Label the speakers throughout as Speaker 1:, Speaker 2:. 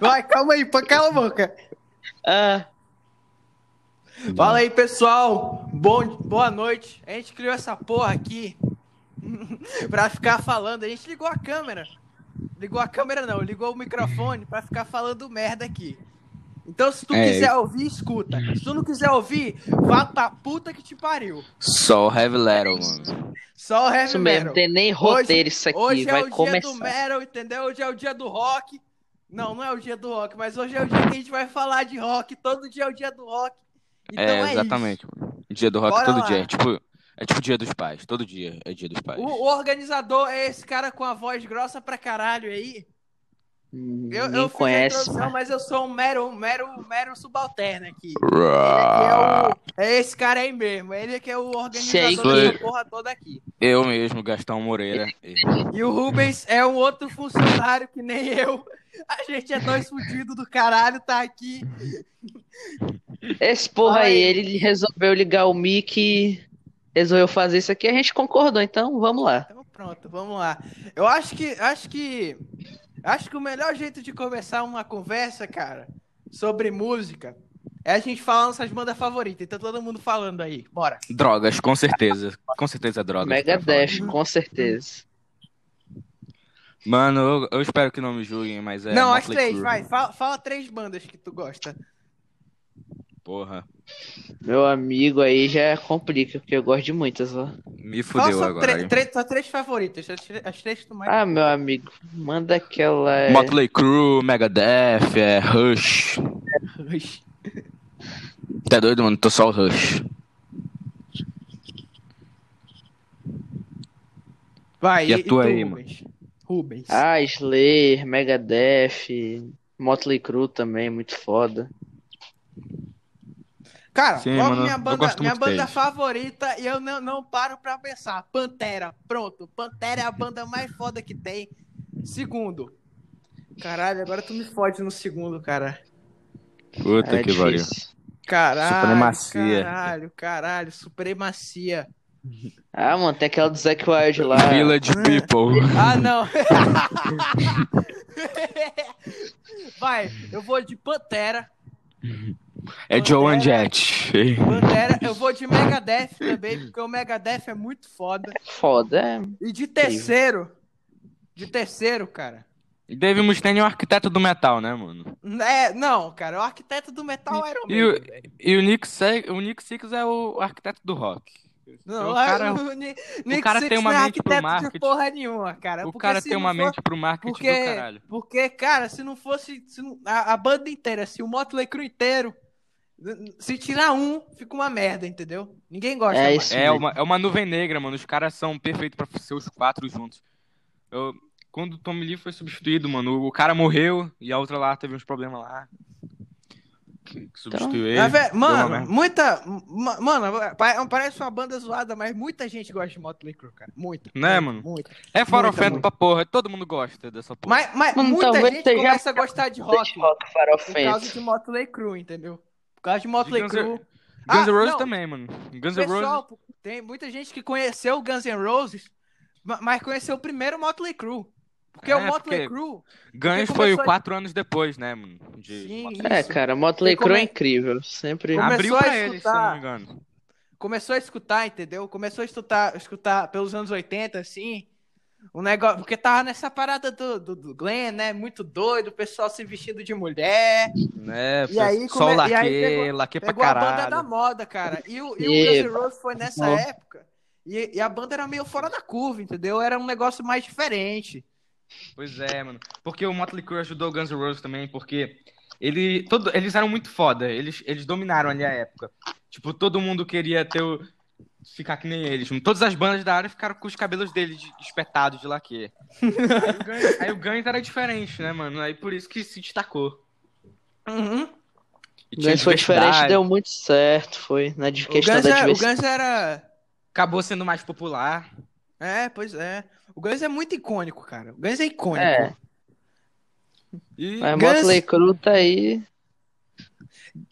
Speaker 1: Vai, calma aí, pô, cala a boca.
Speaker 2: Ah,
Speaker 1: Fala aí, pessoal. Bom, boa noite. A gente criou essa porra aqui pra ficar falando. A gente ligou a câmera. Ligou a câmera, não. Ligou o microfone pra ficar falando merda aqui. Então, se tu
Speaker 2: É.
Speaker 1: quiser ouvir, escuta. Se tu não quiser ouvir, vá pra puta que te pariu.
Speaker 2: só o Heavy
Speaker 1: É
Speaker 2: Letter, mano.
Speaker 1: Só o heavy
Speaker 3: Isso mesmo,
Speaker 1: metal.
Speaker 3: tem nem roteiro isso aqui,
Speaker 1: Hoje
Speaker 3: vai
Speaker 1: é o
Speaker 3: começar.
Speaker 1: dia do metal, entendeu? Hoje é o dia do rock. Não, não é o dia do rock, mas hoje é o dia que a gente vai falar de rock. Todo dia é o dia do rock. Então é,
Speaker 2: é,
Speaker 1: isso.
Speaker 2: exatamente. mano. Dia do rock
Speaker 1: Bora
Speaker 2: todo
Speaker 1: lá.
Speaker 2: dia. É tipo, é tipo dia dos pais. Todo dia é dia dos pais.
Speaker 1: O, o organizador é esse cara com a voz grossa pra caralho aí.
Speaker 2: Hum,
Speaker 1: Eu,
Speaker 3: Ninguém
Speaker 1: eu fiz a
Speaker 3: conhece, né?
Speaker 1: introdução,
Speaker 3: mano.
Speaker 1: mas eu sou um mero, um mero, um mero subalterno aqui.
Speaker 3: Ah.
Speaker 1: Ele
Speaker 2: Ruah.
Speaker 1: que é, o- é esse cara aí mesmo. Ele que é o
Speaker 3: Sei
Speaker 1: organizador
Speaker 2: que-
Speaker 1: dessa porra toda aqui.
Speaker 2: Eu mesmo, Gastão Moreira.
Speaker 1: E o Rubens é um outro funcionário que nem eu. A gente é dois fudidos do caralho, tá aqui.
Speaker 3: Esse porra
Speaker 1: Fala
Speaker 3: aí,
Speaker 1: aí.
Speaker 3: ele resolveu ligar o mic e resolveu fazer isso aqui, a gente concordou, então vamos lá.
Speaker 1: Então pronto, vamos lá. Eu acho que acho que acho que o melhor jeito de começar uma conversa, cara, sobre música é a gente falar nossas bandas favoritas. Então todo mundo falando aí. Bora.
Speaker 2: Drogas, com certeza. Com certeza drogas. pra falar.
Speaker 3: Megadeth, com certeza.
Speaker 2: Mano, eu, eu espero que não me julguem, mas é.
Speaker 1: Não, as
Speaker 2: Motley
Speaker 1: três,
Speaker 2: Crue.
Speaker 1: vai. Fala, fala três bandas que tu gosta.
Speaker 2: Porra,
Speaker 3: Meu amigo aí já complica, porque eu gosto de muitas, ó.
Speaker 2: me
Speaker 1: Fala
Speaker 2: fudeu
Speaker 1: só
Speaker 2: agora.
Speaker 1: três,
Speaker 2: hein?
Speaker 1: três, só três favoritas. As, tre- as três que tu mais.
Speaker 3: Ah, meu amigo, manda aquela. é,
Speaker 2: Motley Crue, Megadeth, é, Rush. Ah. Tá doido, mano? Tô só o Rush.
Speaker 1: Vai,
Speaker 2: E a tua
Speaker 1: tu,
Speaker 2: aí,
Speaker 1: Rubens? Rubens.
Speaker 3: Ah, Slayer, Megadeth, Motley Crue também, muito foda.
Speaker 1: Cara,
Speaker 2: Sim,
Speaker 1: qual
Speaker 2: mano,
Speaker 1: minha
Speaker 2: eu
Speaker 1: banda,
Speaker 2: gosto
Speaker 1: minha
Speaker 2: muito
Speaker 1: banda
Speaker 2: deles.
Speaker 1: favorita e eu não, não paro pra pensar. Pantera, pronto. Pantera é a banda mais foda que tem. Segundo. Caralho, agora tu me fode no segundo, cara.
Speaker 2: Puta
Speaker 3: É
Speaker 2: que pariu.
Speaker 3: difícil.
Speaker 1: Caralho.
Speaker 2: Supremacia.
Speaker 1: Caralho, caralho, supremacia.
Speaker 3: Ah, mano, tem aquela do Zack Wild lá.
Speaker 2: Village People.
Speaker 1: Ah, não. Vai, eu vou de Pantera.
Speaker 2: É Joe and Jett.
Speaker 1: Pantera, eu vou de Megadeth também, porque o Megadeth é muito foda.
Speaker 3: Foda, é.
Speaker 1: E de terceiro. De terceiro, cara.
Speaker 2: Dave Mustaine é o arquiteto do metal, né, mano?
Speaker 1: É, não, cara, o arquiteto do metal é Iron
Speaker 2: E o,
Speaker 1: Maiden.
Speaker 2: e o Nick, Se- o Nick Six é o arquiteto do rock.
Speaker 1: Não, é,
Speaker 2: o cara-
Speaker 1: o Ni- Nick
Speaker 2: cara
Speaker 1: Six
Speaker 2: tem uma
Speaker 1: não é
Speaker 2: mente pro
Speaker 1: arquiteto de
Speaker 2: marketing.
Speaker 1: porra nenhuma, cara.
Speaker 2: O
Speaker 1: é porque
Speaker 2: cara
Speaker 1: se
Speaker 2: tem
Speaker 1: não
Speaker 2: uma
Speaker 1: for-
Speaker 2: mente pro marketing do
Speaker 1: porque,
Speaker 2: caralho.
Speaker 1: porque, cara, se não fosse se não- a, a banda inteira, se o Motley Crue inteiro, n- se tirar um, fica uma merda, entendeu? Ninguém gosta.
Speaker 3: É
Speaker 1: mais.
Speaker 3: isso.
Speaker 2: É uma, é uma nuvem negra, mano. Os caras são perfeitos pra ser os quatro juntos. Eu- quando o Tommy Lee foi substituído, mano, o cara morreu e a outra lá teve uns problemas lá. Que Substituiu
Speaker 1: Mas,
Speaker 2: ele.
Speaker 1: velho,
Speaker 2: É, uma merda.
Speaker 1: Tá mano, muita. ma- Mano, pa- parece uma banda zoada, mas muita gente gosta de Motley Crue, cara. Muita. muita,
Speaker 2: Né, mano?
Speaker 1: Muita.
Speaker 2: É farofento
Speaker 1: muito.
Speaker 2: pra porra. Todo mundo gosta dessa porra.
Speaker 1: Mas, mas
Speaker 3: Mano,
Speaker 1: muita
Speaker 3: talvez
Speaker 1: gente
Speaker 3: seja-
Speaker 1: começa a gostar de rock.
Speaker 3: Rock
Speaker 1: Por causa
Speaker 3: farofento.
Speaker 1: de Motley Crue, entendeu? Por causa de Motley
Speaker 2: Guns
Speaker 1: Crue.
Speaker 2: Guns
Speaker 1: Ah,
Speaker 2: N' Roses
Speaker 1: não.
Speaker 2: também, mano. Guns N' Roses.
Speaker 1: Pessoal, tem muita gente que conheceu o Guns N' Roses, ma- mas conheceu primeiro o Motley Crue. Porque
Speaker 2: É,
Speaker 1: o Motley
Speaker 2: porque-
Speaker 1: Crue,
Speaker 2: Guns
Speaker 1: porque
Speaker 2: foi
Speaker 1: começou-
Speaker 2: quatro anos depois, né, mano? De...
Speaker 1: Sim,
Speaker 3: É,
Speaker 1: isso.
Speaker 3: cara, Motley Crue é
Speaker 1: Recomendo.
Speaker 3: incrível. Sempre. Ah,
Speaker 1: Começou
Speaker 2: Abriu
Speaker 1: a
Speaker 2: pra eles, se eu não
Speaker 1: escutar.
Speaker 2: me engano.
Speaker 1: começou a escutar, entendeu? Começou a escutar, escutar pelos anos 80, assim. Um negócio. Porque tava nessa parada do, do, do Glenn, né? Muito doido, o pessoal se vestindo de mulher.
Speaker 2: Né,
Speaker 1: E aí
Speaker 2: só o
Speaker 1: come- e
Speaker 2: laque,
Speaker 1: aí pegou-
Speaker 2: laque pra
Speaker 1: Pegou a banda da
Speaker 2: caralho.
Speaker 1: moda, cara. E o, e o
Speaker 3: Eba.
Speaker 1: Guns N' Roses foi nessa
Speaker 3: Ó.
Speaker 1: época. E, e a banda era meio fora da curva, entendeu? Era um negócio mais diferente.
Speaker 2: Pois é, mano. Porque o Motley Crue ajudou o Guns N' Roses também, porque ele, todo, eles eram muito foda. Eles, eles dominaram ali a época. Tipo, todo mundo queria ter o, ficar que nem eles. Todas as bandas da área ficaram com os cabelos deles de- espetados de laque. aí, o Guns, aí o Guns era diferente, né, mano? Aí por isso que se destacou.
Speaker 1: Uhum.
Speaker 2: E
Speaker 3: O
Speaker 2: tinha
Speaker 3: Guns foi diferente,
Speaker 2: diversidade.
Speaker 3: deu muito certo. Foi na de-
Speaker 1: O
Speaker 3: questão
Speaker 1: Guns
Speaker 3: da
Speaker 1: era, o
Speaker 3: diversidade.
Speaker 1: Guns era.
Speaker 2: Acabou sendo mais popular.
Speaker 1: É, pois é. O Guns é muito icônico, cara. O Guns é icônico.
Speaker 3: É,
Speaker 2: E
Speaker 3: mas
Speaker 1: Guns-
Speaker 3: Motley Crue tá aí.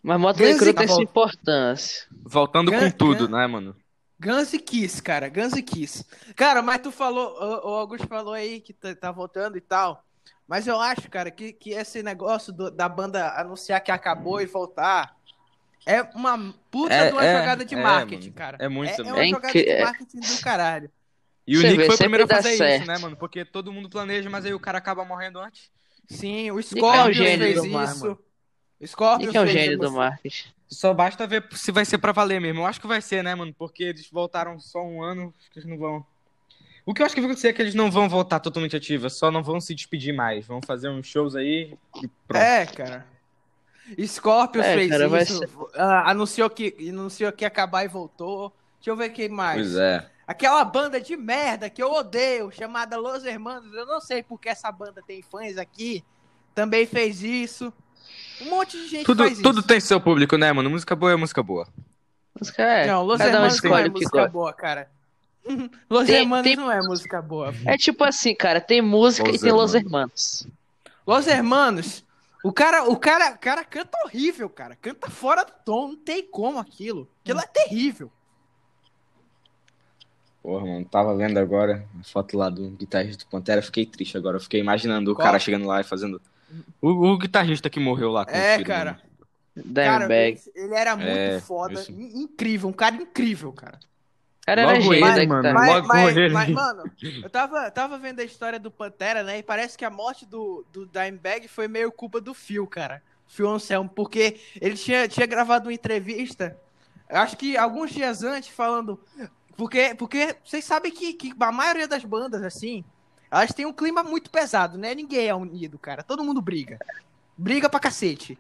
Speaker 3: Mas Motley
Speaker 1: Guns
Speaker 3: Crue
Speaker 1: e-
Speaker 3: tem
Speaker 2: Tá
Speaker 3: sua
Speaker 2: bom.
Speaker 3: importância.
Speaker 2: voltando
Speaker 1: Gan-
Speaker 2: com tudo,
Speaker 1: gan-
Speaker 2: né, mano?
Speaker 1: Guns e Kiss, cara. Guns e Kiss. Cara, mas tu falou, o, o Augusto falou aí que tá, tá voltando e tal. Mas eu acho, cara, que, que esse negócio do- da banda anunciar que acabou e voltar é uma puta
Speaker 2: É,
Speaker 1: de uma
Speaker 2: é,
Speaker 1: jogada de
Speaker 2: é,
Speaker 1: marketing,
Speaker 2: mano.
Speaker 1: cara.
Speaker 2: É muito,
Speaker 1: é, é
Speaker 2: mano.
Speaker 1: uma
Speaker 3: É
Speaker 1: jogada
Speaker 3: incri-
Speaker 1: de
Speaker 3: é.
Speaker 1: marketing do caralho.
Speaker 2: E o
Speaker 3: Você
Speaker 2: Nick
Speaker 3: vê,
Speaker 2: foi o
Speaker 3: sempre
Speaker 2: primeiro a
Speaker 3: dá
Speaker 2: fazer
Speaker 3: certo.
Speaker 2: isso, né, mano? Porque todo mundo planeja, mas aí o cara acaba morrendo antes.
Speaker 1: Sim, o
Speaker 3: é o
Speaker 1: Scorpion
Speaker 3: gênio
Speaker 1: fez
Speaker 3: do mar,
Speaker 1: isso.
Speaker 2: mano.
Speaker 1: O Scorpion
Speaker 3: E que é o
Speaker 1: fez
Speaker 3: gênio do
Speaker 1: isso.
Speaker 3: marketing?
Speaker 2: Só basta ver se vai ser pra valer mesmo. Eu acho que vai ser, né, mano? Porque eles voltaram só um ano, acho que eles não vão. O que eu acho que vai acontecer é que eles não vão voltar totalmente ativos, só não vão se despedir mais. Vão fazer uns shows aí e pronto.
Speaker 1: É, cara. Scorpion
Speaker 3: É,
Speaker 1: fez
Speaker 3: cara, vai
Speaker 1: isso. Ah, anunciou, que, anunciou que ia acabar e voltou. Deixa eu ver quem mais.
Speaker 2: é.
Speaker 1: Aquela banda de merda que eu odeio, chamada Los Hermanos, eu não sei porque essa banda tem fãs aqui, também fez isso. Um monte de gente
Speaker 2: Tudo,
Speaker 1: faz isso.
Speaker 2: tudo tem seu público, né, mano? Música boa é música boa.
Speaker 3: Música é.
Speaker 1: Não, Los
Speaker 3: Cada um
Speaker 1: Hermanos não é
Speaker 3: escolhe o que
Speaker 1: música
Speaker 3: gosta.
Speaker 1: boa, cara. Los
Speaker 3: Tem-
Speaker 1: Hermanos
Speaker 3: tem-
Speaker 1: não é música boa.
Speaker 3: É tipo assim, cara, tem música
Speaker 2: Los
Speaker 3: e tem Los Hermanos.
Speaker 1: Los Hermanos, o cara, o cara, o cara canta horrível, cara. Canta fora do tom, não tem como aquilo. Aquilo é terrível.
Speaker 2: Porra, mano, tava vendo agora a foto lá do guitarrista do Pantera, fiquei triste agora. Fiquei imaginando o
Speaker 1: Qual?
Speaker 2: cara chegando lá e fazendo. O, o guitarrista que morreu lá com o
Speaker 1: É,
Speaker 2: tiro, né?
Speaker 1: cara.
Speaker 2: mano.
Speaker 1: Cara,
Speaker 3: Dimebag.
Speaker 1: ele, ele era muito
Speaker 2: É,
Speaker 1: foda,
Speaker 2: isso.
Speaker 1: in- incrível, um cara incrível, cara.
Speaker 3: Cara, era
Speaker 2: Logo
Speaker 3: gênio né, tá
Speaker 2: ele,
Speaker 3: da
Speaker 2: mano.
Speaker 3: guitarra.
Speaker 2: Logo
Speaker 1: Mas, mas,
Speaker 2: ele. né?
Speaker 1: mas, mano, eu tava, tava vendo a história do Pantera, né? E parece que a morte do, do Dimebag foi meio culpa do Phil, cara. Phil Anselmo, porque ele tinha, tinha gravado uma entrevista, eu acho que alguns dias antes, falando. Porque, porque vocês sabem que, que a maioria das bandas, assim, elas têm um clima muito pesado, né? Ninguém é unido, cara. Todo mundo briga. Briga pra cacete.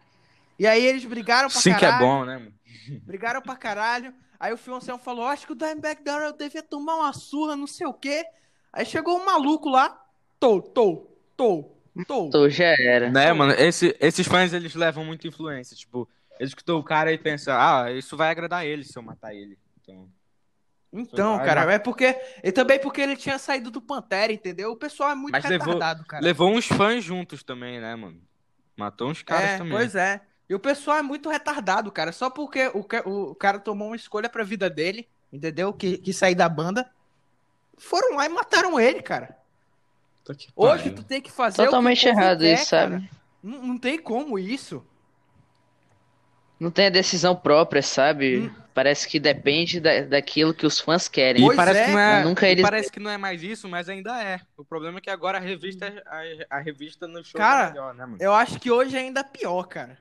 Speaker 1: E aí eles brigaram pra
Speaker 2: Sim que é
Speaker 1: caralho.
Speaker 2: bom, né, mano?
Speaker 1: Brigaram pra caralho. Aí o Phil Anselmo falou: Acho que o Dimebag Darrell devia tomar uma surra, não sei o quê. Aí chegou um maluco lá. Tô, tô, tô, tô.
Speaker 3: Então, já era.
Speaker 2: Né, mano? Esse- esses fãs, eles levam muita influência. Tipo, eles escutam o cara e pensam, ah, isso vai agradar ele se eu matar ele. Então,
Speaker 1: Então,
Speaker 2: Vai,
Speaker 1: cara,
Speaker 2: vai.
Speaker 1: é porque. E também porque ele tinha saído do Pantera, entendeu? O pessoal é muito
Speaker 2: Mas levou-
Speaker 1: retardado, cara.
Speaker 2: levou uns fãs juntos também, né, mano? Matou uns caras
Speaker 1: é,
Speaker 2: também.
Speaker 1: pois é. E o pessoal é muito retardado, cara. Só porque o, ca- o cara tomou uma escolha pra vida dele, entendeu? Que, que sair da banda. Foram lá e mataram ele, cara.
Speaker 2: Puta que
Speaker 1: Hoje
Speaker 2: pariu.
Speaker 1: tu tem que fazer. o que
Speaker 3: Totalmente
Speaker 1: o povo
Speaker 3: errado
Speaker 1: quer,
Speaker 3: isso, sabe?
Speaker 1: cara. Não, não tem como isso.
Speaker 3: Não tem a decisão própria, sabe?
Speaker 1: Hum.
Speaker 3: Parece que depende da- daquilo que os fãs querem.
Speaker 2: E
Speaker 1: Pois
Speaker 2: parece,
Speaker 1: é,
Speaker 2: que não é,
Speaker 3: cara, nunca
Speaker 2: e
Speaker 3: eles-
Speaker 2: parece que não é mais isso, mas ainda é. O problema é que agora a revista, a, a revista no show
Speaker 1: Cara,
Speaker 2: é melhor, né, mano?
Speaker 1: Eu acho que hoje é ainda pior, cara.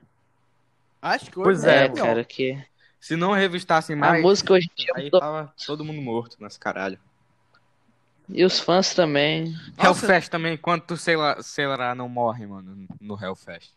Speaker 1: Acho que hoje
Speaker 2: Pois
Speaker 1: ainda
Speaker 3: É,
Speaker 2: é,
Speaker 1: pior.
Speaker 3: cara, que
Speaker 2: Se não revistassem
Speaker 3: a
Speaker 2: mais,
Speaker 3: música hoje em dia
Speaker 2: aí
Speaker 3: mudou.
Speaker 2: tava todo mundo morto nesse caralho.
Speaker 3: E os fãs também.
Speaker 1: Nossa.
Speaker 2: Hellfest também, quanto, sei lá, sei lá, não morre, mano, no Hellfest.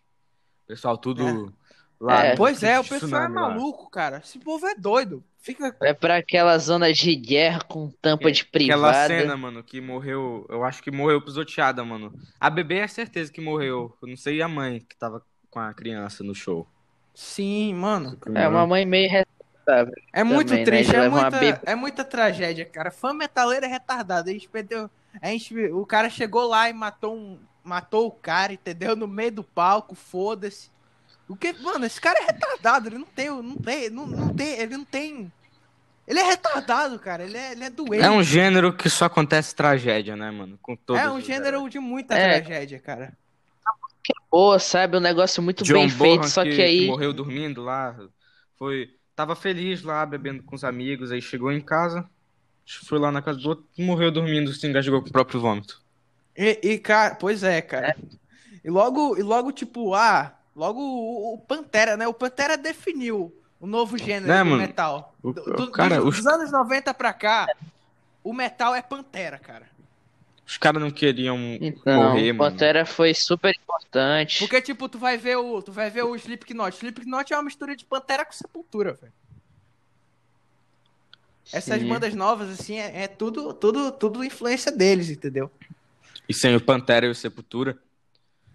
Speaker 2: Pessoal, tudo lá.
Speaker 3: É.
Speaker 1: Pois é, o
Speaker 2: de
Speaker 1: pessoal é
Speaker 2: tsunami lá.
Speaker 1: maluco, cara. Esse povo é doido. Fica.
Speaker 3: Vai pra aquela zona de guerra com tampa de
Speaker 2: É, Aquela
Speaker 3: privada.
Speaker 2: cena, mano, que morreu. Eu acho que morreu pisoteada, mano. A bebê é certeza que morreu. Eu não sei a mãe que tava com a criança no show.
Speaker 1: Sim, mano.
Speaker 2: né?
Speaker 3: É
Speaker 2: Uhum.
Speaker 3: uma mãe meio responsável.
Speaker 1: É muito
Speaker 3: Também, né?
Speaker 1: triste,
Speaker 3: Ele
Speaker 1: é,
Speaker 3: leva uma
Speaker 1: muita,
Speaker 3: bíblia.
Speaker 1: é muita tragédia, cara. Fã metaleiro é retardado. A gente perdeu. A gente, o cara chegou lá e matou um. Matou o cara, entendeu? No meio do palco, foda-se. O que, mano, esse cara é retardado, ele não tem, não tem, não, não tem, ele não tem. Ele é retardado, cara. Ele é, ele é doente.
Speaker 2: É um gênero que só acontece tragédia, né, mano? Com todos
Speaker 1: É um
Speaker 2: os
Speaker 1: gênero de muita
Speaker 3: É.
Speaker 1: tragédia, cara.
Speaker 3: Boa, sabe? Um negócio muito
Speaker 2: John
Speaker 3: bem
Speaker 2: Bonham,
Speaker 3: feito, só que,
Speaker 2: que
Speaker 3: aí.
Speaker 2: morreu dormindo lá, foi, tava feliz lá, bebendo com os amigos, aí chegou em casa, foi lá na casa do outro, morreu dormindo, se engasgou com o próprio vômito.
Speaker 1: E, e, cara, pois é, cara. E logo, e logo tipo, ah, logo o, o Pantera, né? O Pantera definiu o novo gênero
Speaker 2: Né,
Speaker 1: do
Speaker 2: mano?
Speaker 1: metal.
Speaker 2: O-
Speaker 1: Do-
Speaker 2: o
Speaker 1: do-
Speaker 2: cara,
Speaker 1: dos,
Speaker 2: os-
Speaker 1: dos anos 90 pra cá, o metal é Pantera, cara.
Speaker 2: Os caras não queriam
Speaker 3: Então,
Speaker 2: morrer, mano.
Speaker 3: Pantera foi super importante.
Speaker 1: Porque tipo, tu vai ver o, tu vai ver o Slipknot. Slipknot é uma mistura de Pantera com Sepultura, velho. Essas
Speaker 3: Sim.
Speaker 1: bandas novas assim é, é tudo, tudo, tudo influência deles, entendeu?
Speaker 2: E sem o Pantera e o Sepultura,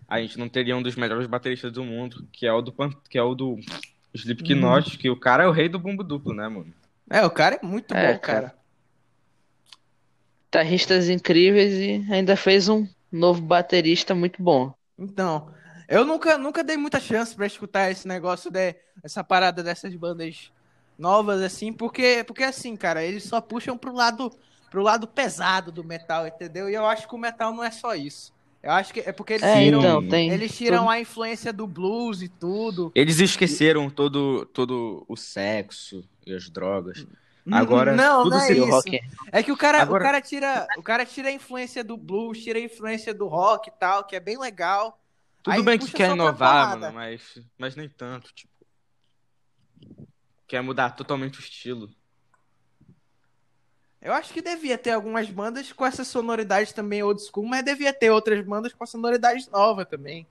Speaker 2: a gente não teria um dos melhores bateristas do mundo, que é o do, Pan- que é o do
Speaker 1: Hum.
Speaker 2: Slipknot, que o cara é o rei do bumbo duplo, né, mano?
Speaker 1: É, o cara é muito
Speaker 3: É,
Speaker 1: bom,
Speaker 3: cara.
Speaker 1: cara.
Speaker 3: Guitarristas incríveis e ainda fez um novo baterista muito bom.
Speaker 1: Então, eu nunca, nunca dei muita chance pra escutar esse negócio de essa parada dessas bandas novas assim, porque porque assim, cara, eles só puxam pro lado pro lado pesado do metal, entendeu? E eu acho que o metal não é só isso. Eu acho que é porque eles
Speaker 3: É,
Speaker 2: Sim.
Speaker 1: tiram,
Speaker 3: então, tem.
Speaker 1: eles tiram a influência do blues e tudo.
Speaker 2: Eles esqueceram todo, todo o sexo e as drogas.
Speaker 1: N-
Speaker 2: Uhum. Agora,
Speaker 1: não,
Speaker 2: tudo
Speaker 1: não é
Speaker 2: seria
Speaker 1: isso.
Speaker 3: o rock.
Speaker 1: É que o cara,
Speaker 2: Agora-
Speaker 1: o cara tira, o cara tira a influência do blues, tira a influência do rock e tal, que é bem legal.
Speaker 2: Tudo
Speaker 1: Aí
Speaker 2: bem que
Speaker 1: puxa
Speaker 2: quer
Speaker 1: só pra
Speaker 2: inovar,
Speaker 1: balada.
Speaker 2: mano, mas, mas nem tanto, tipo. Quer mudar totalmente o estilo.
Speaker 1: Eu acho que devia ter algumas bandas com essa sonoridade também old school, mas devia ter outras bandas com a sonoridade nova também.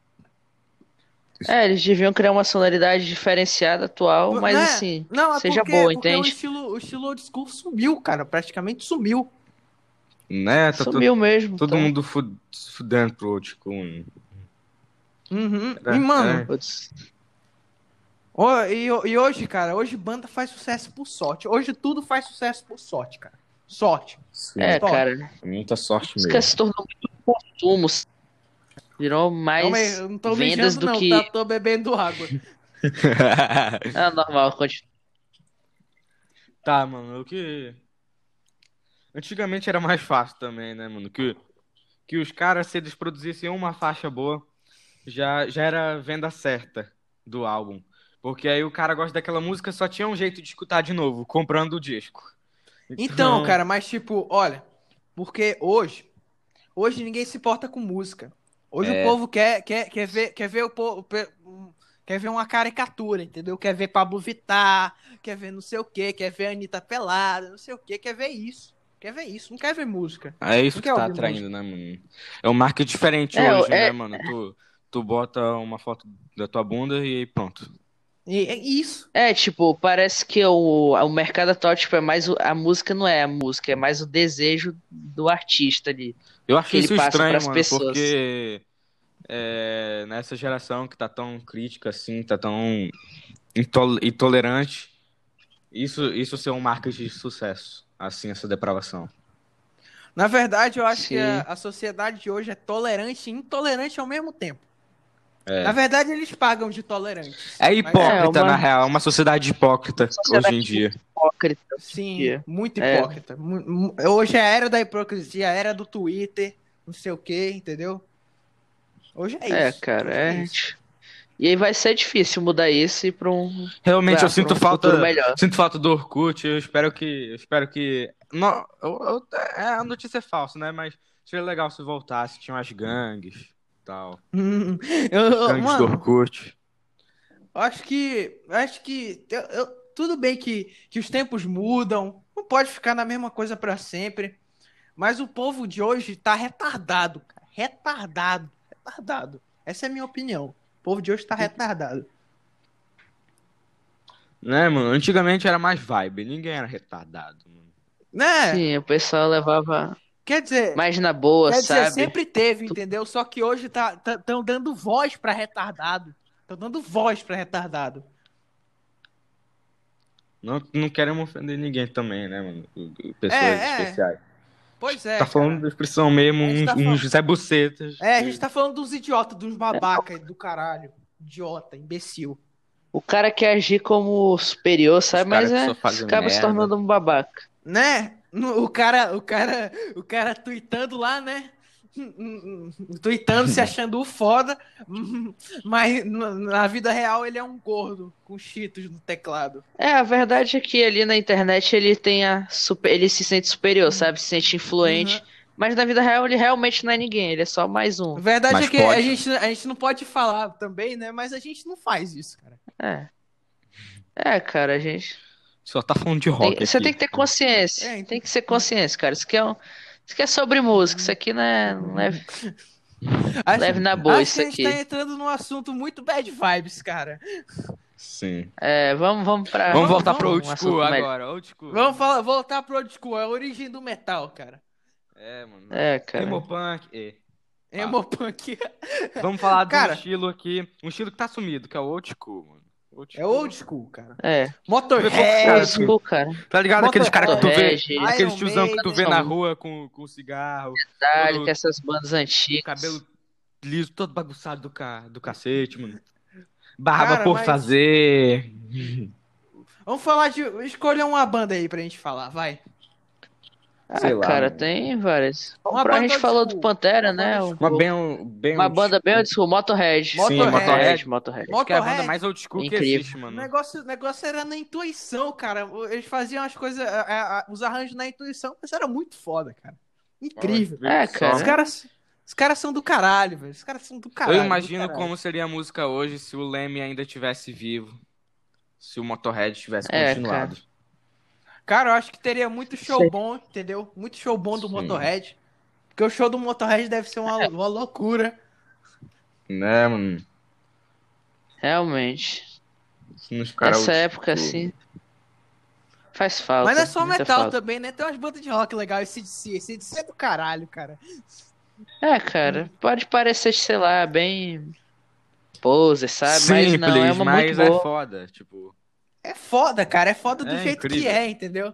Speaker 3: É, eles deviam criar uma sonoridade diferenciada, atual, mas
Speaker 1: Né?
Speaker 3: assim,
Speaker 1: não, é
Speaker 3: seja
Speaker 1: porque,
Speaker 3: boa,
Speaker 1: porque O
Speaker 3: entende?
Speaker 1: estilo, o estilo old school sumiu, cara, praticamente sumiu.
Speaker 2: Né? Tá todo,
Speaker 3: sumiu mesmo.
Speaker 2: todo
Speaker 3: então.
Speaker 2: mundo fu- fudendo pro old school. né?
Speaker 1: Uhum.
Speaker 2: É,
Speaker 1: e mano,
Speaker 2: é.
Speaker 3: Putz.
Speaker 1: ó, e, ho- e hoje, cara, hoje banda faz sucesso por sorte. Hoje tudo faz sucesso por sorte, cara. Sorte.
Speaker 3: É,
Speaker 1: Top.
Speaker 3: cara,
Speaker 2: Muita tá sorte
Speaker 3: música se tornou muito consumo. Virou
Speaker 1: Calma aí,
Speaker 3: mais
Speaker 1: eu não tô
Speaker 3: vendas
Speaker 1: mijando,
Speaker 3: do
Speaker 1: não,
Speaker 3: que.
Speaker 1: tá? Tô bebendo água.
Speaker 3: Ah, normal, continua.
Speaker 2: tá, mano, o que. Antigamente era mais fácil também, né, mano? Que, que os caras, se eles produzissem uma faixa boa, já, já era a venda certa do álbum. Porque aí o cara gosta daquela música, só tinha um jeito de escutar de novo, comprando o disco.
Speaker 1: Então, cara, mas tipo, olha, porque hoje, hoje ninguém se importa com música. Hoje
Speaker 2: É.
Speaker 1: o povo quer, quer, quer ver, quer ver o povo, quer ver uma caricatura, entendeu? Quer ver Pablo Vittar, quer ver não sei o quê, quer ver Anitta pelada, não sei o quê, quer ver isso. Quer ver isso, não quer ver música.
Speaker 2: É isso
Speaker 1: Não
Speaker 2: que
Speaker 1: quer
Speaker 2: tá
Speaker 1: ouvir
Speaker 2: atraindo, né, mano? É um marketing diferente
Speaker 3: É,
Speaker 2: hoje,
Speaker 3: é-
Speaker 2: né, mano? Tu, tu bota uma foto da tua bunda e pronto.
Speaker 1: E é isso.
Speaker 3: É, tipo, parece que o, o mercado atual, tipo, é mais o- a música não é a música, é mais o desejo do artista ali.
Speaker 2: Eu acho
Speaker 3: que ele
Speaker 2: isso
Speaker 3: passa
Speaker 2: estranho,
Speaker 3: pras
Speaker 2: mano,
Speaker 3: pessoas.
Speaker 2: porque é, nessa geração que tá tão crítica assim, tá tão intol- intolerante, isso, isso ser um marketing de sucesso, assim, essa depravação.
Speaker 1: Na verdade, eu acho que
Speaker 3: Sim.
Speaker 1: a, a sociedade de hoje é tolerante e intolerante ao mesmo tempo.
Speaker 2: É.
Speaker 1: Na verdade, eles pagam de tolerantes.
Speaker 2: É
Speaker 1: Mas-
Speaker 2: hipócrita,
Speaker 3: É, uma-
Speaker 2: na real, uma sociedade hipócrita
Speaker 3: Sociedade
Speaker 2: hoje em dia.
Speaker 3: Hipócrita.
Speaker 1: Sim,
Speaker 3: Porque-
Speaker 1: muito
Speaker 3: É.
Speaker 1: hipócrita. Mu- mu- Hoje é a era da hipocrisia, a era do Twitter, não sei o que, entendeu? Hoje é isso.
Speaker 3: É, cara,
Speaker 1: Hoje
Speaker 3: é.
Speaker 1: isso.
Speaker 3: E aí vai ser difícil mudar isso e ir pra um.
Speaker 2: Realmente
Speaker 3: pra-
Speaker 2: eu sinto
Speaker 3: pra um
Speaker 2: falta,
Speaker 3: futuro melhor.
Speaker 2: sinto falta do Orkut, eu espero que, eu espero que não, eu- eu- é, a notícia é falsa, né, mas seria legal se voltasse, tinha umas gangues, tal.
Speaker 1: Hum, eu- eu-
Speaker 2: Gangues
Speaker 1: mano,
Speaker 2: do Orkut.
Speaker 1: eu acho que. eu Acho que. eu- eu- tudo bem que, que os tempos mudam, não pode ficar na mesma coisa pra sempre. Mas o povo de hoje tá retardado, cara. Retardado, retardado. Essa é a minha opinião. O povo de hoje tá retardado.
Speaker 2: Né, mano? Antigamente era mais vibe, ninguém era retardado, mano.
Speaker 1: Né?
Speaker 3: Sim, o pessoal levava
Speaker 1: Quer dizer.
Speaker 3: mais na boa,
Speaker 1: Quer dizer,
Speaker 3: sabe?
Speaker 1: sempre teve, entendeu? Só que hoje tá, tá- tão dando voz pra retardado. Tão dando voz pra retardado.
Speaker 2: Não, não queremos ofender ninguém também, né, mano? Pessoas
Speaker 1: É, é.
Speaker 2: especiais.
Speaker 1: Pois é.
Speaker 2: tá falando da expressão mesmo,
Speaker 1: A gente
Speaker 2: uns,
Speaker 1: tá falando-
Speaker 2: uns Zé Bucetas.
Speaker 1: cara. É, a gente tá falando dos idiotas, dos babaca do caralho. Idiota, imbecil.
Speaker 3: O cara quer agir como superior, sabe?
Speaker 2: caras
Speaker 3: Mas
Speaker 2: que
Speaker 3: é,
Speaker 2: só fazem
Speaker 3: acaba se
Speaker 2: merda.
Speaker 3: tornando um babaca.
Speaker 1: Né? No- O cara, o cara, o cara tweetando lá, né? Hum, hum, hum, Tweetando, se achando o foda, hum, mas na na vida real ele é um gordo com cheetos no teclado.
Speaker 3: É, a verdade é que ali na internet ele tem a super- ele se sente superior, sabe? Se sente influente.
Speaker 1: Uhum.
Speaker 3: Mas na vida real ele realmente não é ninguém, ele é só mais
Speaker 1: A
Speaker 3: um.
Speaker 1: verdade
Speaker 2: Mas
Speaker 1: é que a
Speaker 2: pode.
Speaker 1: gente, a gente não pode falar também, né? Mas a gente não faz isso, cara.
Speaker 3: É. É, cara, a gente.
Speaker 2: Só tá falando de rock
Speaker 3: tem- você
Speaker 2: aqui.
Speaker 3: tem que ter consciência.
Speaker 1: É, então-
Speaker 3: Tem que ser consciência, cara. Isso aqui é, um... isso aqui é sobre música. Isso aqui não é, não é
Speaker 1: Acho-
Speaker 3: leve na boa,
Speaker 1: Acho que
Speaker 3: isso
Speaker 1: a gente
Speaker 3: aqui.
Speaker 1: tá entrando num assunto muito bad vibes, cara.
Speaker 2: Sim.
Speaker 3: É, vamos, vamos pra.
Speaker 2: Vamos voltar pro
Speaker 3: um
Speaker 2: old
Speaker 3: assunto
Speaker 2: school
Speaker 3: melhor.
Speaker 2: agora, old school.
Speaker 1: Vamos falar, voltar pro old school, é a origem do metal, cara.
Speaker 2: É, mano.
Speaker 3: É, cara.
Speaker 2: Emo punk. é.
Speaker 1: Emo punk.
Speaker 2: Vamos falar do
Speaker 1: Cara.
Speaker 2: estilo aqui, um estilo que tá sumido, que é o old school, mano. Old
Speaker 1: É old school, cara.
Speaker 3: É.
Speaker 2: É,
Speaker 3: Old
Speaker 1: Motorhead.
Speaker 3: school, cara.
Speaker 2: Tá ligado? Aqueles caras que tu vê,
Speaker 3: Motorhead,
Speaker 2: aqueles
Speaker 1: Iron
Speaker 2: tiozão que tu vê na
Speaker 3: Maiden.
Speaker 2: rua com, com cigarro,
Speaker 3: Metallica,
Speaker 2: Todo-
Speaker 3: essas bandas
Speaker 2: O
Speaker 3: antigas.
Speaker 2: cabelo liso, todo bagunçado do, ca... do cacete, mano. Barba
Speaker 1: Cara,
Speaker 2: por
Speaker 1: mas-
Speaker 2: fazer.
Speaker 1: Vamos falar de. Escolha uma banda aí pra gente falar, vai.
Speaker 3: Ah,
Speaker 2: Sei lá,
Speaker 3: cara,
Speaker 2: mano.
Speaker 3: tem várias.
Speaker 1: Uma
Speaker 3: Pra- a gente
Speaker 1: banda,
Speaker 3: falou
Speaker 1: tipo,
Speaker 3: do Pantera,
Speaker 1: uma
Speaker 3: né?
Speaker 1: banda,
Speaker 2: Uma, bem, bem
Speaker 3: Uma
Speaker 2: old
Speaker 3: banda bem
Speaker 2: school.
Speaker 3: old school, Motorhead.
Speaker 1: Motorhead.
Speaker 3: Motorhead, Motorhead.
Speaker 2: Acho que é a banda
Speaker 1: Motorhead.
Speaker 2: mais old school que
Speaker 3: Incrível. é
Speaker 2: existe,
Speaker 1: O
Speaker 2: mano.
Speaker 1: negócio, o negócio era na intuição, cara. Eles faziam as coisas, a- a- a- os arranjos na intuição, mas era muito foda, cara. Incrível.
Speaker 3: É, cara.
Speaker 1: Os caras, os caras são do caralho, velho. Os caras são do caralho.
Speaker 2: Eu
Speaker 1: do
Speaker 2: imagino
Speaker 1: caralho.
Speaker 2: como seria a música hoje se o Leme ainda tivesse vivo. Se o Motorhead tivesse
Speaker 3: É,
Speaker 2: continuado.
Speaker 1: Cara, eu acho que teria muito show
Speaker 3: Sei.
Speaker 1: bom, entendeu? Muito show bom do
Speaker 2: Sim.
Speaker 1: Motorhead. Porque o show do Motorhead deve ser
Speaker 3: É.
Speaker 1: uma, uma loucura.
Speaker 2: Né, mano?
Speaker 3: Realmente.
Speaker 2: Se Nos cara
Speaker 3: Essa
Speaker 2: old
Speaker 3: época,
Speaker 2: school.
Speaker 3: assim. Faz falta.
Speaker 1: Mas não é só
Speaker 3: muita
Speaker 1: metal
Speaker 3: falta.
Speaker 1: também, né? Tem umas bandas de rock legal, esse DC. Esse DC é do caralho, cara.
Speaker 3: É, cara. Pode parecer, sei lá, bem. Poser, sabe?
Speaker 2: Simples,
Speaker 3: mas não, é uma
Speaker 2: mas
Speaker 3: muito boa.
Speaker 2: é foda. Tipo.
Speaker 1: É foda, cara. É foda do
Speaker 2: É
Speaker 1: jeito que
Speaker 2: incrível.
Speaker 1: é, entendeu?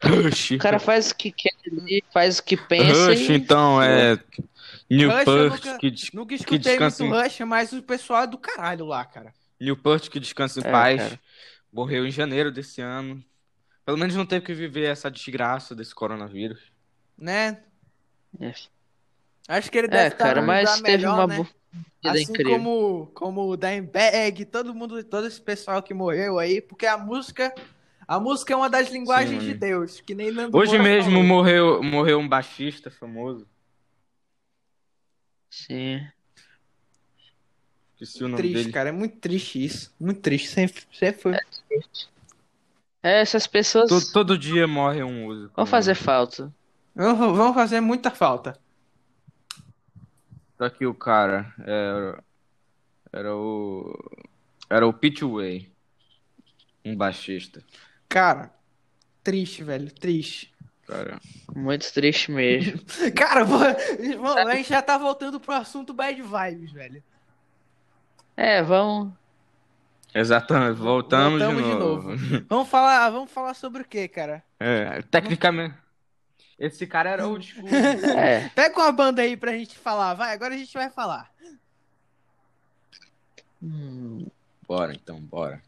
Speaker 2: Rush.
Speaker 3: O cara faz o que quer ali, faz o que pensa.
Speaker 2: Rush,
Speaker 3: E...
Speaker 2: então, é. New
Speaker 1: Rush, eu
Speaker 2: Perth,
Speaker 1: nunca-
Speaker 2: que, des-
Speaker 1: Nunca escutei
Speaker 2: descanse
Speaker 1: muito Rush, mas o pessoal é do caralho lá, cara.
Speaker 2: New Perth, que descansa em
Speaker 3: É,
Speaker 2: paz.
Speaker 3: cara.
Speaker 2: Morreu em janeiro desse ano. Pelo menos não teve que viver essa desgraça desse coronavírus.
Speaker 1: Né?
Speaker 3: É.
Speaker 1: Acho que ele
Speaker 3: É,
Speaker 1: deve estar
Speaker 3: cara,
Speaker 1: num
Speaker 3: mas
Speaker 1: lugar
Speaker 3: teve
Speaker 1: melhor,
Speaker 3: uma
Speaker 1: né?
Speaker 3: boa vida
Speaker 1: Assim
Speaker 3: incrível.
Speaker 1: como, como o Dimebag, todo mundo, todo esse pessoal que morreu aí, porque a música, a música é uma das linguagens
Speaker 2: Sim.
Speaker 1: de Deus, que nem Nando
Speaker 2: Hoje
Speaker 1: Moura
Speaker 2: mesmo
Speaker 1: falou.
Speaker 2: morreu, morreu um baixista famoso.
Speaker 3: Sim.
Speaker 2: Esqueci o nome
Speaker 1: triste,
Speaker 2: dele.
Speaker 1: cara, é muito triste isso, muito triste, sempre, sempre foi.
Speaker 3: É, essas pessoas
Speaker 2: To- todo dia morre um músico.
Speaker 3: vão fazer falta.
Speaker 1: Vão vão fazer muita falta.
Speaker 2: Só que o cara era, era o. Era o Pete Way. Um baixista.
Speaker 1: Cara, triste, velho, triste.
Speaker 2: Cara.
Speaker 3: Muito triste mesmo.
Speaker 1: Cara, vou- vamos lá, a gente já tá voltando pro assunto bad vibes, velho.
Speaker 3: É, vamos.
Speaker 2: Exatamente. Voltamos,
Speaker 1: Voltamos
Speaker 2: de
Speaker 1: de
Speaker 2: novo.
Speaker 1: Vamos falar, vamos falar sobre o quê, cara?
Speaker 2: É, tecnicamente. Esse cara era old school.
Speaker 3: É.
Speaker 1: Pega uma banda aí pra gente falar, vai, agora a gente vai falar.
Speaker 3: Hum,
Speaker 2: bora então, bora.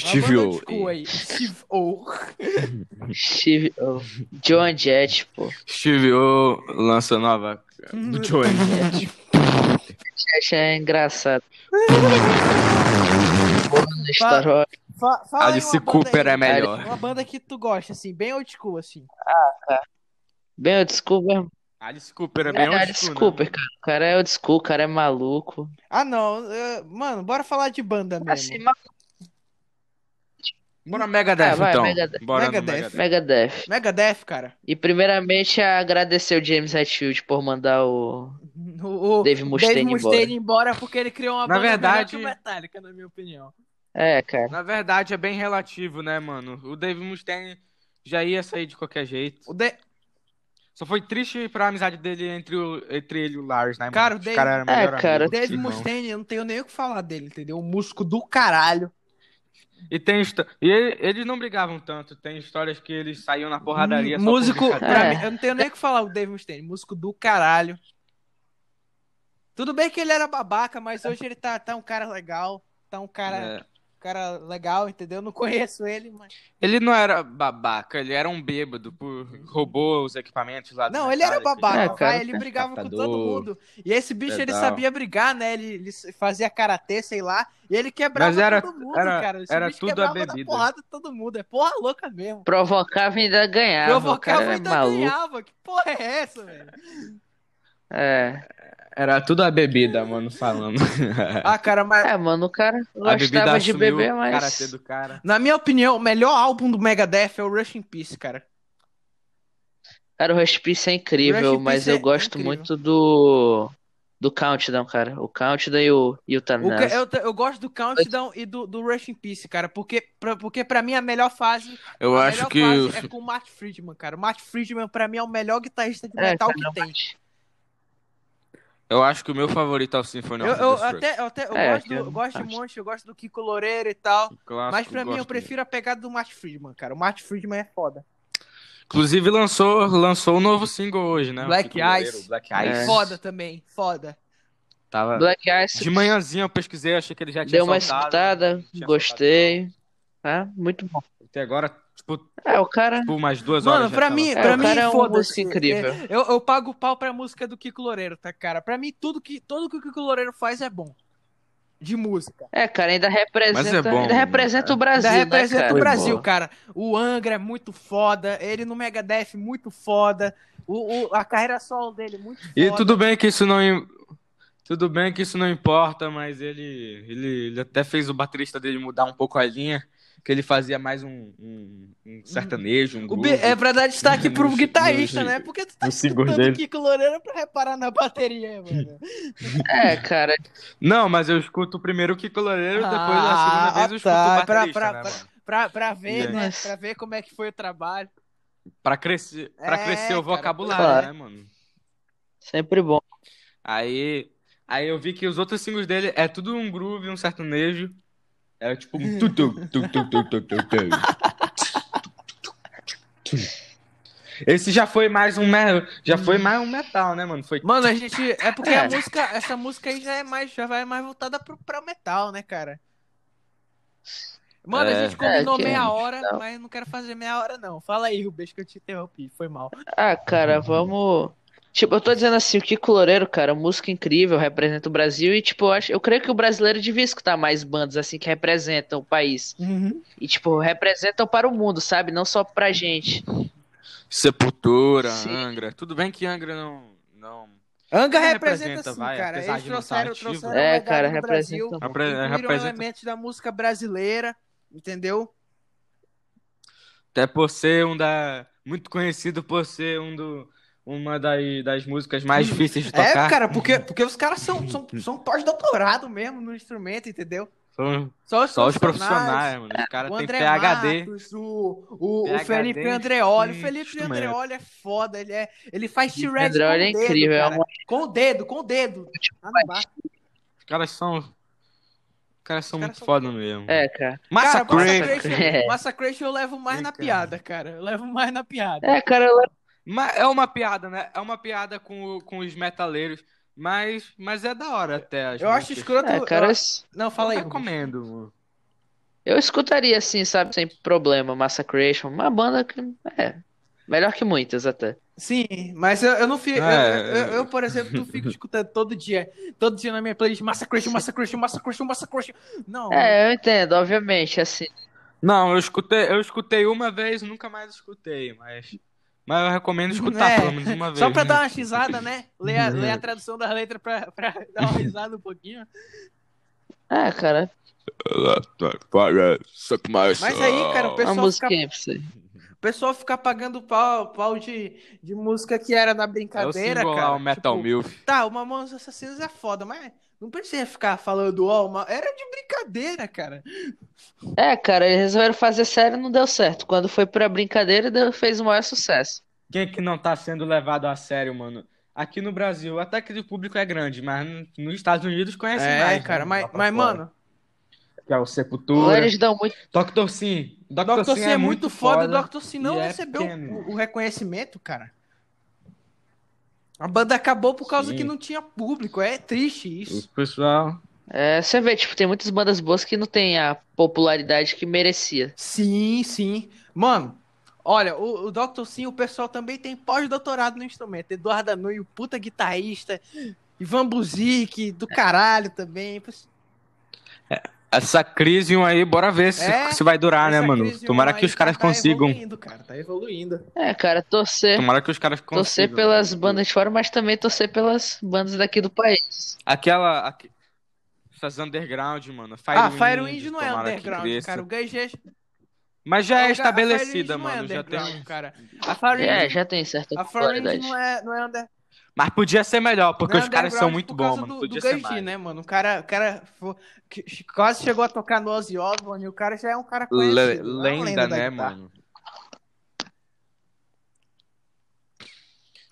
Speaker 1: Uma
Speaker 2: Steve
Speaker 1: banda old school
Speaker 2: O.
Speaker 1: aí, Steve O.
Speaker 3: Steve. oh, John Jett, pô.
Speaker 2: Steve O lança nova do Joey.
Speaker 3: Jett é engraçado. Porra, Star Rock.
Speaker 1: Fa fala aí
Speaker 2: Alice
Speaker 1: uma banda
Speaker 2: Cooper
Speaker 1: aí,
Speaker 2: é melhor.
Speaker 1: Uma banda que tu gosta, assim, bem old school, assim.
Speaker 3: Bem, eu desculpa.
Speaker 2: Alice Cooper é
Speaker 3: É,
Speaker 2: bem old
Speaker 3: Alice
Speaker 2: school, né?
Speaker 3: Cooper, cara. O cara é old school, o cara é maluco.
Speaker 1: Ah, não. eh, mano, bora falar de banda mesmo.
Speaker 3: Assim, ma-
Speaker 2: Bora Megadeth,
Speaker 3: Ah, vai,
Speaker 2: então.
Speaker 3: Megadeth.
Speaker 2: Bora no
Speaker 1: Megadeth.
Speaker 2: Megadeth.
Speaker 3: Megadeth.
Speaker 1: Megadeth, cara.
Speaker 3: E primeiramente é agradecer o James Hetfield por mandar o.
Speaker 1: O, o
Speaker 3: Dave Mustaine
Speaker 1: embora. porque ele criou uma
Speaker 2: Na
Speaker 1: banda
Speaker 2: verdade-
Speaker 1: melhor que o Metallica, na minha opinião.
Speaker 3: É, cara.
Speaker 2: Na verdade, é bem relativo, né, mano? O Dave Mustaine já ia sair de qualquer jeito.
Speaker 1: O Da-
Speaker 2: Só foi triste pra amizade dele entre, o, entre ele e o Lars, né, mano?
Speaker 1: Cara, o
Speaker 2: Os
Speaker 1: Dave-
Speaker 2: cara era melhor
Speaker 3: É, cara.
Speaker 1: o
Speaker 2: amigo,
Speaker 1: Dave
Speaker 2: irmão.
Speaker 1: Mustaine, eu não tenho nem o que falar dele, entendeu? Um músico do caralho.
Speaker 2: E tem histó- E ele- eles não brigavam tanto. Tem histórias que eles saíam na porradaria só por
Speaker 1: músico,
Speaker 2: brincadeira.
Speaker 1: pra
Speaker 3: É.
Speaker 1: mim, eu não tenho nem o que falar do Dave Mustaine. Músico do caralho. Tudo bem que ele era babaca, mas hoje ele tá, tá um cara legal. Tá um cara,
Speaker 2: É.
Speaker 1: cara legal, entendeu? Não conheço ele, mas.
Speaker 2: Ele não era babaca, ele era um bêbado, por... roubou os equipamentos lá do
Speaker 1: Não, ele era
Speaker 2: Metallica.
Speaker 1: babaca,
Speaker 3: É, cara,
Speaker 1: vai, ele brigava com todo
Speaker 2: Catador.
Speaker 1: mundo. E esse bicho, ele
Speaker 2: Pedal.
Speaker 1: sabia brigar, né? Ele, ele fazia karatê, sei lá. E ele quebrava
Speaker 2: Mas era-
Speaker 1: todo mundo,
Speaker 2: era-
Speaker 1: cara. Esse
Speaker 2: era
Speaker 1: bicho
Speaker 2: tudo a
Speaker 1: quebrava na
Speaker 2: bebida.
Speaker 1: porrada todo mundo. É porra louca mesmo.
Speaker 3: Provocava e ainda ganhava. o
Speaker 1: Provocava
Speaker 3: cara
Speaker 1: e
Speaker 3: é
Speaker 1: ainda
Speaker 3: maluco.
Speaker 1: ganhava. Que porra é essa, velho?
Speaker 3: É.
Speaker 2: Era tudo a bebida, mano, falando.
Speaker 1: Ah, cara, mas...
Speaker 3: É, mano, o cara
Speaker 2: a bebida
Speaker 3: gostava de
Speaker 2: assumiu
Speaker 3: beber,
Speaker 2: o
Speaker 3: mas.
Speaker 2: karatê do cara.
Speaker 1: Na minha opinião, o melhor álbum do Megadeth é o Rush in Peace, cara.
Speaker 3: Cara, o Rush Peace é
Speaker 1: Rush
Speaker 3: incrível,
Speaker 1: in
Speaker 3: mas
Speaker 1: Peace
Speaker 3: eu
Speaker 1: é
Speaker 3: gosto
Speaker 1: incrível.
Speaker 3: muito do. Do Countdown, cara. O Countdown e o, e
Speaker 1: O é que-
Speaker 3: o Tanaz.
Speaker 1: eu, eu gosto do Countdown e do, do Rush in Peace, cara. Porque pra, porque pra mim a melhor fase
Speaker 2: Eu
Speaker 1: A melhor
Speaker 2: acho que.
Speaker 1: fase é com o Mark Friedman, cara. O Mark Friedman, pra mim, é o melhor guitarrista de
Speaker 3: É,
Speaker 1: metal
Speaker 3: cara,
Speaker 1: que tem.
Speaker 2: Eu acho que o meu favorito é o Symphony
Speaker 1: Eu,
Speaker 2: of
Speaker 1: eu
Speaker 2: Destruction.
Speaker 1: até, eu até- eu
Speaker 3: É,
Speaker 1: gosto, do-
Speaker 3: eu
Speaker 1: eu gosto de
Speaker 3: acho.
Speaker 1: monte, eu gosto do Kiko Loureiro e tal.
Speaker 2: Clássico,
Speaker 1: mas pra mim, eu
Speaker 2: gosto dele.
Speaker 1: prefiro a pegada do Mark Friedman, cara. O Mark Friedman é foda.
Speaker 2: Inclusive lançou lançou um novo single hoje, né? O
Speaker 1: Black
Speaker 2: Kiko Loureiro,
Speaker 1: Ice.
Speaker 2: Black
Speaker 3: É.
Speaker 2: Ice.
Speaker 1: Foda também, foda.
Speaker 2: Tava...
Speaker 3: Black Ice
Speaker 2: De manhãzinha eu pesquisei, achei que ele já tinha
Speaker 3: deu uma
Speaker 2: soltado.
Speaker 3: escutada,
Speaker 2: Tinha
Speaker 3: gostei. Tá? Ah, Muito bom.
Speaker 2: Até agora Tipo,
Speaker 3: É, o cara.
Speaker 2: por umas duas horas.
Speaker 1: Mano,
Speaker 2: já
Speaker 1: pra
Speaker 2: tava-
Speaker 1: mim,
Speaker 3: É,
Speaker 1: pra
Speaker 3: o
Speaker 1: mim,
Speaker 3: cara é uma
Speaker 1: foda-se.
Speaker 3: música incrível.
Speaker 1: É, Eu, eu pago pau pra música do Kiko Loureiro, tá, cara? Pra mim, tudo que, tudo que o Kiko Loureiro faz é bom. De música.
Speaker 3: É, cara, ainda representa,
Speaker 2: bom,
Speaker 3: ainda representa o Brasil,
Speaker 1: Ainda
Speaker 3: né,
Speaker 1: representa
Speaker 3: cara?
Speaker 1: o Brasil,
Speaker 3: Pô.
Speaker 1: cara. O Angra é muito foda. Ele no Megadeth, muito foda. O, o- a carreira solo dele, muito foda.
Speaker 2: E tudo bem que isso não. im- Tudo bem que isso não importa, mas ele, ele, ele até fez o baterista dele mudar um pouco a linha, que ele fazia mais um, um, um sertanejo, um
Speaker 1: O
Speaker 2: groove.
Speaker 1: B- é pra dar destaque pro
Speaker 2: No-
Speaker 1: guitarrista,
Speaker 2: no-
Speaker 1: né? Porque tu tá
Speaker 2: no Um single
Speaker 1: escutando
Speaker 2: dele.
Speaker 1: Kiko Loureiro pra reparar na bateria, mano.
Speaker 3: É, cara.
Speaker 2: Não, mas eu escuto primeiro o Kiko Loureiro, depois
Speaker 1: Ah,
Speaker 2: a segunda vez eu escuto
Speaker 1: tá.
Speaker 2: o baterista,
Speaker 1: Pra-
Speaker 2: né,
Speaker 1: pra-
Speaker 2: mano?
Speaker 1: Pra, pra ver, né?
Speaker 3: Nossa.
Speaker 1: Pra ver como é que foi o trabalho.
Speaker 2: Pra crescer, pra
Speaker 1: É,
Speaker 2: crescer o
Speaker 1: cara,
Speaker 2: vocabulário,
Speaker 3: claro.
Speaker 2: né, mano?
Speaker 3: Sempre bom.
Speaker 2: Aí, aí eu vi que os outros singles dele é tudo um groove, um sertanejo. É tipo um tu, tu, tu, tu, tu, tu, tu, tu. Esse já foi mais um me- já foi mais um metal, né, mano? Foi
Speaker 1: Mano, a gente. É porque a
Speaker 3: É.
Speaker 1: música. Essa música aí já é mais. Já vai mais voltada pro, pra metal, né, cara? Mano, a
Speaker 2: É.
Speaker 1: gente combinou
Speaker 3: É, que é
Speaker 1: meia hora,
Speaker 3: metal.
Speaker 1: mas não quero fazer meia hora, não. Fala aí, Rubens, que eu te interrompi. Foi mal.
Speaker 3: Ah,
Speaker 1: Uhum.
Speaker 3: cara, vamos. Tipo, eu tô dizendo assim, o Kiko Loureiro, cara, música incrível, representa o Brasil e, tipo, eu, acho, eu creio que o brasileiro devia escutar mais bandas assim que representam o país. E, tipo, representam para o mundo, sabe? Não só pra gente.
Speaker 2: Sepultura,
Speaker 3: Sim.
Speaker 2: Angra. Tudo bem que Angra não não
Speaker 1: Anga
Speaker 2: Não
Speaker 1: representa,
Speaker 2: representa,
Speaker 1: sim,
Speaker 2: vai,
Speaker 1: cara.
Speaker 2: apesar
Speaker 1: Eles
Speaker 2: de não estar
Speaker 1: trouxeram,
Speaker 2: ativo.
Speaker 1: trouxeram
Speaker 3: É,
Speaker 1: a galera
Speaker 3: cara,
Speaker 1: do
Speaker 3: representa.
Speaker 1: Brasil, é,
Speaker 2: Repre-
Speaker 1: incluíram
Speaker 2: representa-
Speaker 1: né? elementos da música brasileira, entendeu?
Speaker 2: Até por ser um da. Muito conhecido por ser um do. Uma das, das músicas mais difíceis de
Speaker 1: É,
Speaker 2: tocar.
Speaker 1: cara, porque, porque os caras são, são, são pós-doutorado mesmo no instrumento, entendeu?
Speaker 2: São
Speaker 1: Só os
Speaker 2: só
Speaker 1: profissionais.
Speaker 2: os profissionais, mano. Os caras
Speaker 1: O
Speaker 2: têm
Speaker 1: André
Speaker 2: PhD.
Speaker 1: Matos, o, o, o
Speaker 2: PhD
Speaker 1: Felipe Andreoli. O
Speaker 2: em
Speaker 1: Felipe
Speaker 2: instrumento.
Speaker 1: Andreoli é foda, ele, é, ele faz T-Rex com o
Speaker 3: Andreoli é
Speaker 1: dedo,
Speaker 3: incrível, é
Speaker 1: cara.
Speaker 3: uma-
Speaker 1: Com o dedo, com o dedo. Lá no bar.
Speaker 2: Os caras são. Os caras são
Speaker 1: Os caras
Speaker 2: muito
Speaker 1: são-
Speaker 2: foda mesmo.
Speaker 3: É, cara.
Speaker 1: Cara,
Speaker 2: Massacre!
Speaker 3: É.
Speaker 1: Massacration, Massacration eu levo mais
Speaker 2: Ih,
Speaker 1: na
Speaker 2: cara.
Speaker 1: piada, cara. Eu levo mais na piada.
Speaker 3: É, cara, eu levo-
Speaker 2: Mas é uma piada, né? É uma piada com, o- com os metaleiros. Mas, mas é Tá da hora até. As
Speaker 1: Eu acho
Speaker 2: músicas.
Speaker 1: escroto.
Speaker 3: é, cara,
Speaker 1: eu-
Speaker 3: eu,
Speaker 1: Não, fala aí.
Speaker 2: Eu recomendo. mano.
Speaker 3: eu escutaria assim, sabe? Sem problema, Massacration. Uma banda que. É. Melhor que muitas até.
Speaker 1: Sim, mas eu, eu não fico. eu- Eu,
Speaker 2: É.
Speaker 1: eu, por exemplo, não fico escutando todo dia. Todo dia na minha playlist Massacration, Massacration, Massacration, Massacration. Não.
Speaker 3: É, eu entendo, obviamente, assim.
Speaker 2: Não, eu escutei, eu escutei uma vez, nunca mais escutei, mas. Mas eu recomendo escutar
Speaker 1: É,
Speaker 2: pelo menos uma vez.
Speaker 1: Só pra
Speaker 2: né?
Speaker 1: dar uma risada, né? Ler a, ler a tradução da letra pra, pra dar uma risada um pouquinho.
Speaker 3: É, cara.
Speaker 1: Mas aí, cara, o pessoal
Speaker 3: Uma
Speaker 1: fica,
Speaker 3: musiquinha pra você.
Speaker 1: o pessoal fica pagando pau, pau de, de música que era na
Speaker 2: É o
Speaker 1: brincadeira,
Speaker 2: single
Speaker 1: cara.
Speaker 2: lá, o Metal
Speaker 1: Tipo,
Speaker 2: Milf.
Speaker 1: Tá, o Mamonas Assassinos é foda, mas não precisa ficar falando, ó, uma- era de brincadeira, cara.
Speaker 3: É, cara, eles resolveram fazer sério e não deu certo. Quando foi pra brincadeira, deu, fez o maior sucesso.
Speaker 2: Quem é que não tá sendo levado a sério, mano? Aqui no Brasil, até que o público é grande, mas n- nos Estados Unidos conhece
Speaker 1: é,
Speaker 2: mais, né?
Speaker 1: cara, mas,
Speaker 2: Lá pra
Speaker 1: mas
Speaker 2: fora.
Speaker 1: mano,
Speaker 2: Que é o
Speaker 3: Ou
Speaker 2: Sepultura.
Speaker 3: eles dão muito.
Speaker 2: Dr. Sim.
Speaker 1: Dr. Sim é muito foda,
Speaker 2: foda.
Speaker 1: o Dr. Sim não
Speaker 2: e é
Speaker 1: recebeu
Speaker 2: pequeno.
Speaker 1: o, o reconhecimento, cara. A banda acabou por causa
Speaker 2: Sim.
Speaker 1: que não tinha público, é triste isso.
Speaker 2: O pessoal.
Speaker 3: É, você vê, tipo, tem muitas bandas boas que não tem a popularidade que merecia.
Speaker 1: Sim, sim. Mano, olha, o, o Dr. Sim, o pessoal também tem pós-doutorado no instrumento. Eduardo Anui, o puta guitarrista. Ivan Buzik, do caralho também.
Speaker 2: Essa crise aí, bora ver se,
Speaker 1: É,
Speaker 2: se vai durar, né,
Speaker 1: Essa
Speaker 2: mano?
Speaker 1: crise
Speaker 2: Tomara
Speaker 1: online
Speaker 2: que os caras
Speaker 1: tá
Speaker 2: consigam.
Speaker 1: evoluindo, cara, tá evoluindo.
Speaker 3: É, cara, torcer.
Speaker 2: Tomara que os caras consigam.
Speaker 3: Torcer pelas
Speaker 2: né?
Speaker 3: bandas de fora, mas também torcer pelas bandas daqui do país.
Speaker 2: Aquela. aque- Essas underground, mano.
Speaker 1: ah,
Speaker 2: Firewind,
Speaker 1: Firewind não é
Speaker 2: tomara que
Speaker 1: underground,
Speaker 2: cresça.
Speaker 1: cara. O Gage
Speaker 2: Mas já é
Speaker 1: A- a
Speaker 2: estabelecida,
Speaker 1: Firewind não é
Speaker 2: mano. já tem.
Speaker 1: underground, cara. A Firewind,
Speaker 3: É, já tem certa
Speaker 1: a Firewind
Speaker 3: popularidade.
Speaker 1: não é, não é under,
Speaker 2: Mas podia ser melhor, porque
Speaker 1: não é
Speaker 2: os caras são
Speaker 1: underground
Speaker 2: muito
Speaker 1: por
Speaker 2: bons,
Speaker 1: causa
Speaker 2: mano.
Speaker 1: Do,
Speaker 2: podia
Speaker 1: do
Speaker 2: ser
Speaker 1: Gage,
Speaker 2: mais.
Speaker 1: né, mano? O cara, o cara fo- que- que quase chegou a tocar no Ozzy Osbourne. E o cara já é um cara conhecido.
Speaker 2: Le-
Speaker 1: é uma
Speaker 2: lenda,
Speaker 1: lenda da
Speaker 2: né,
Speaker 1: guitarra.
Speaker 2: mano?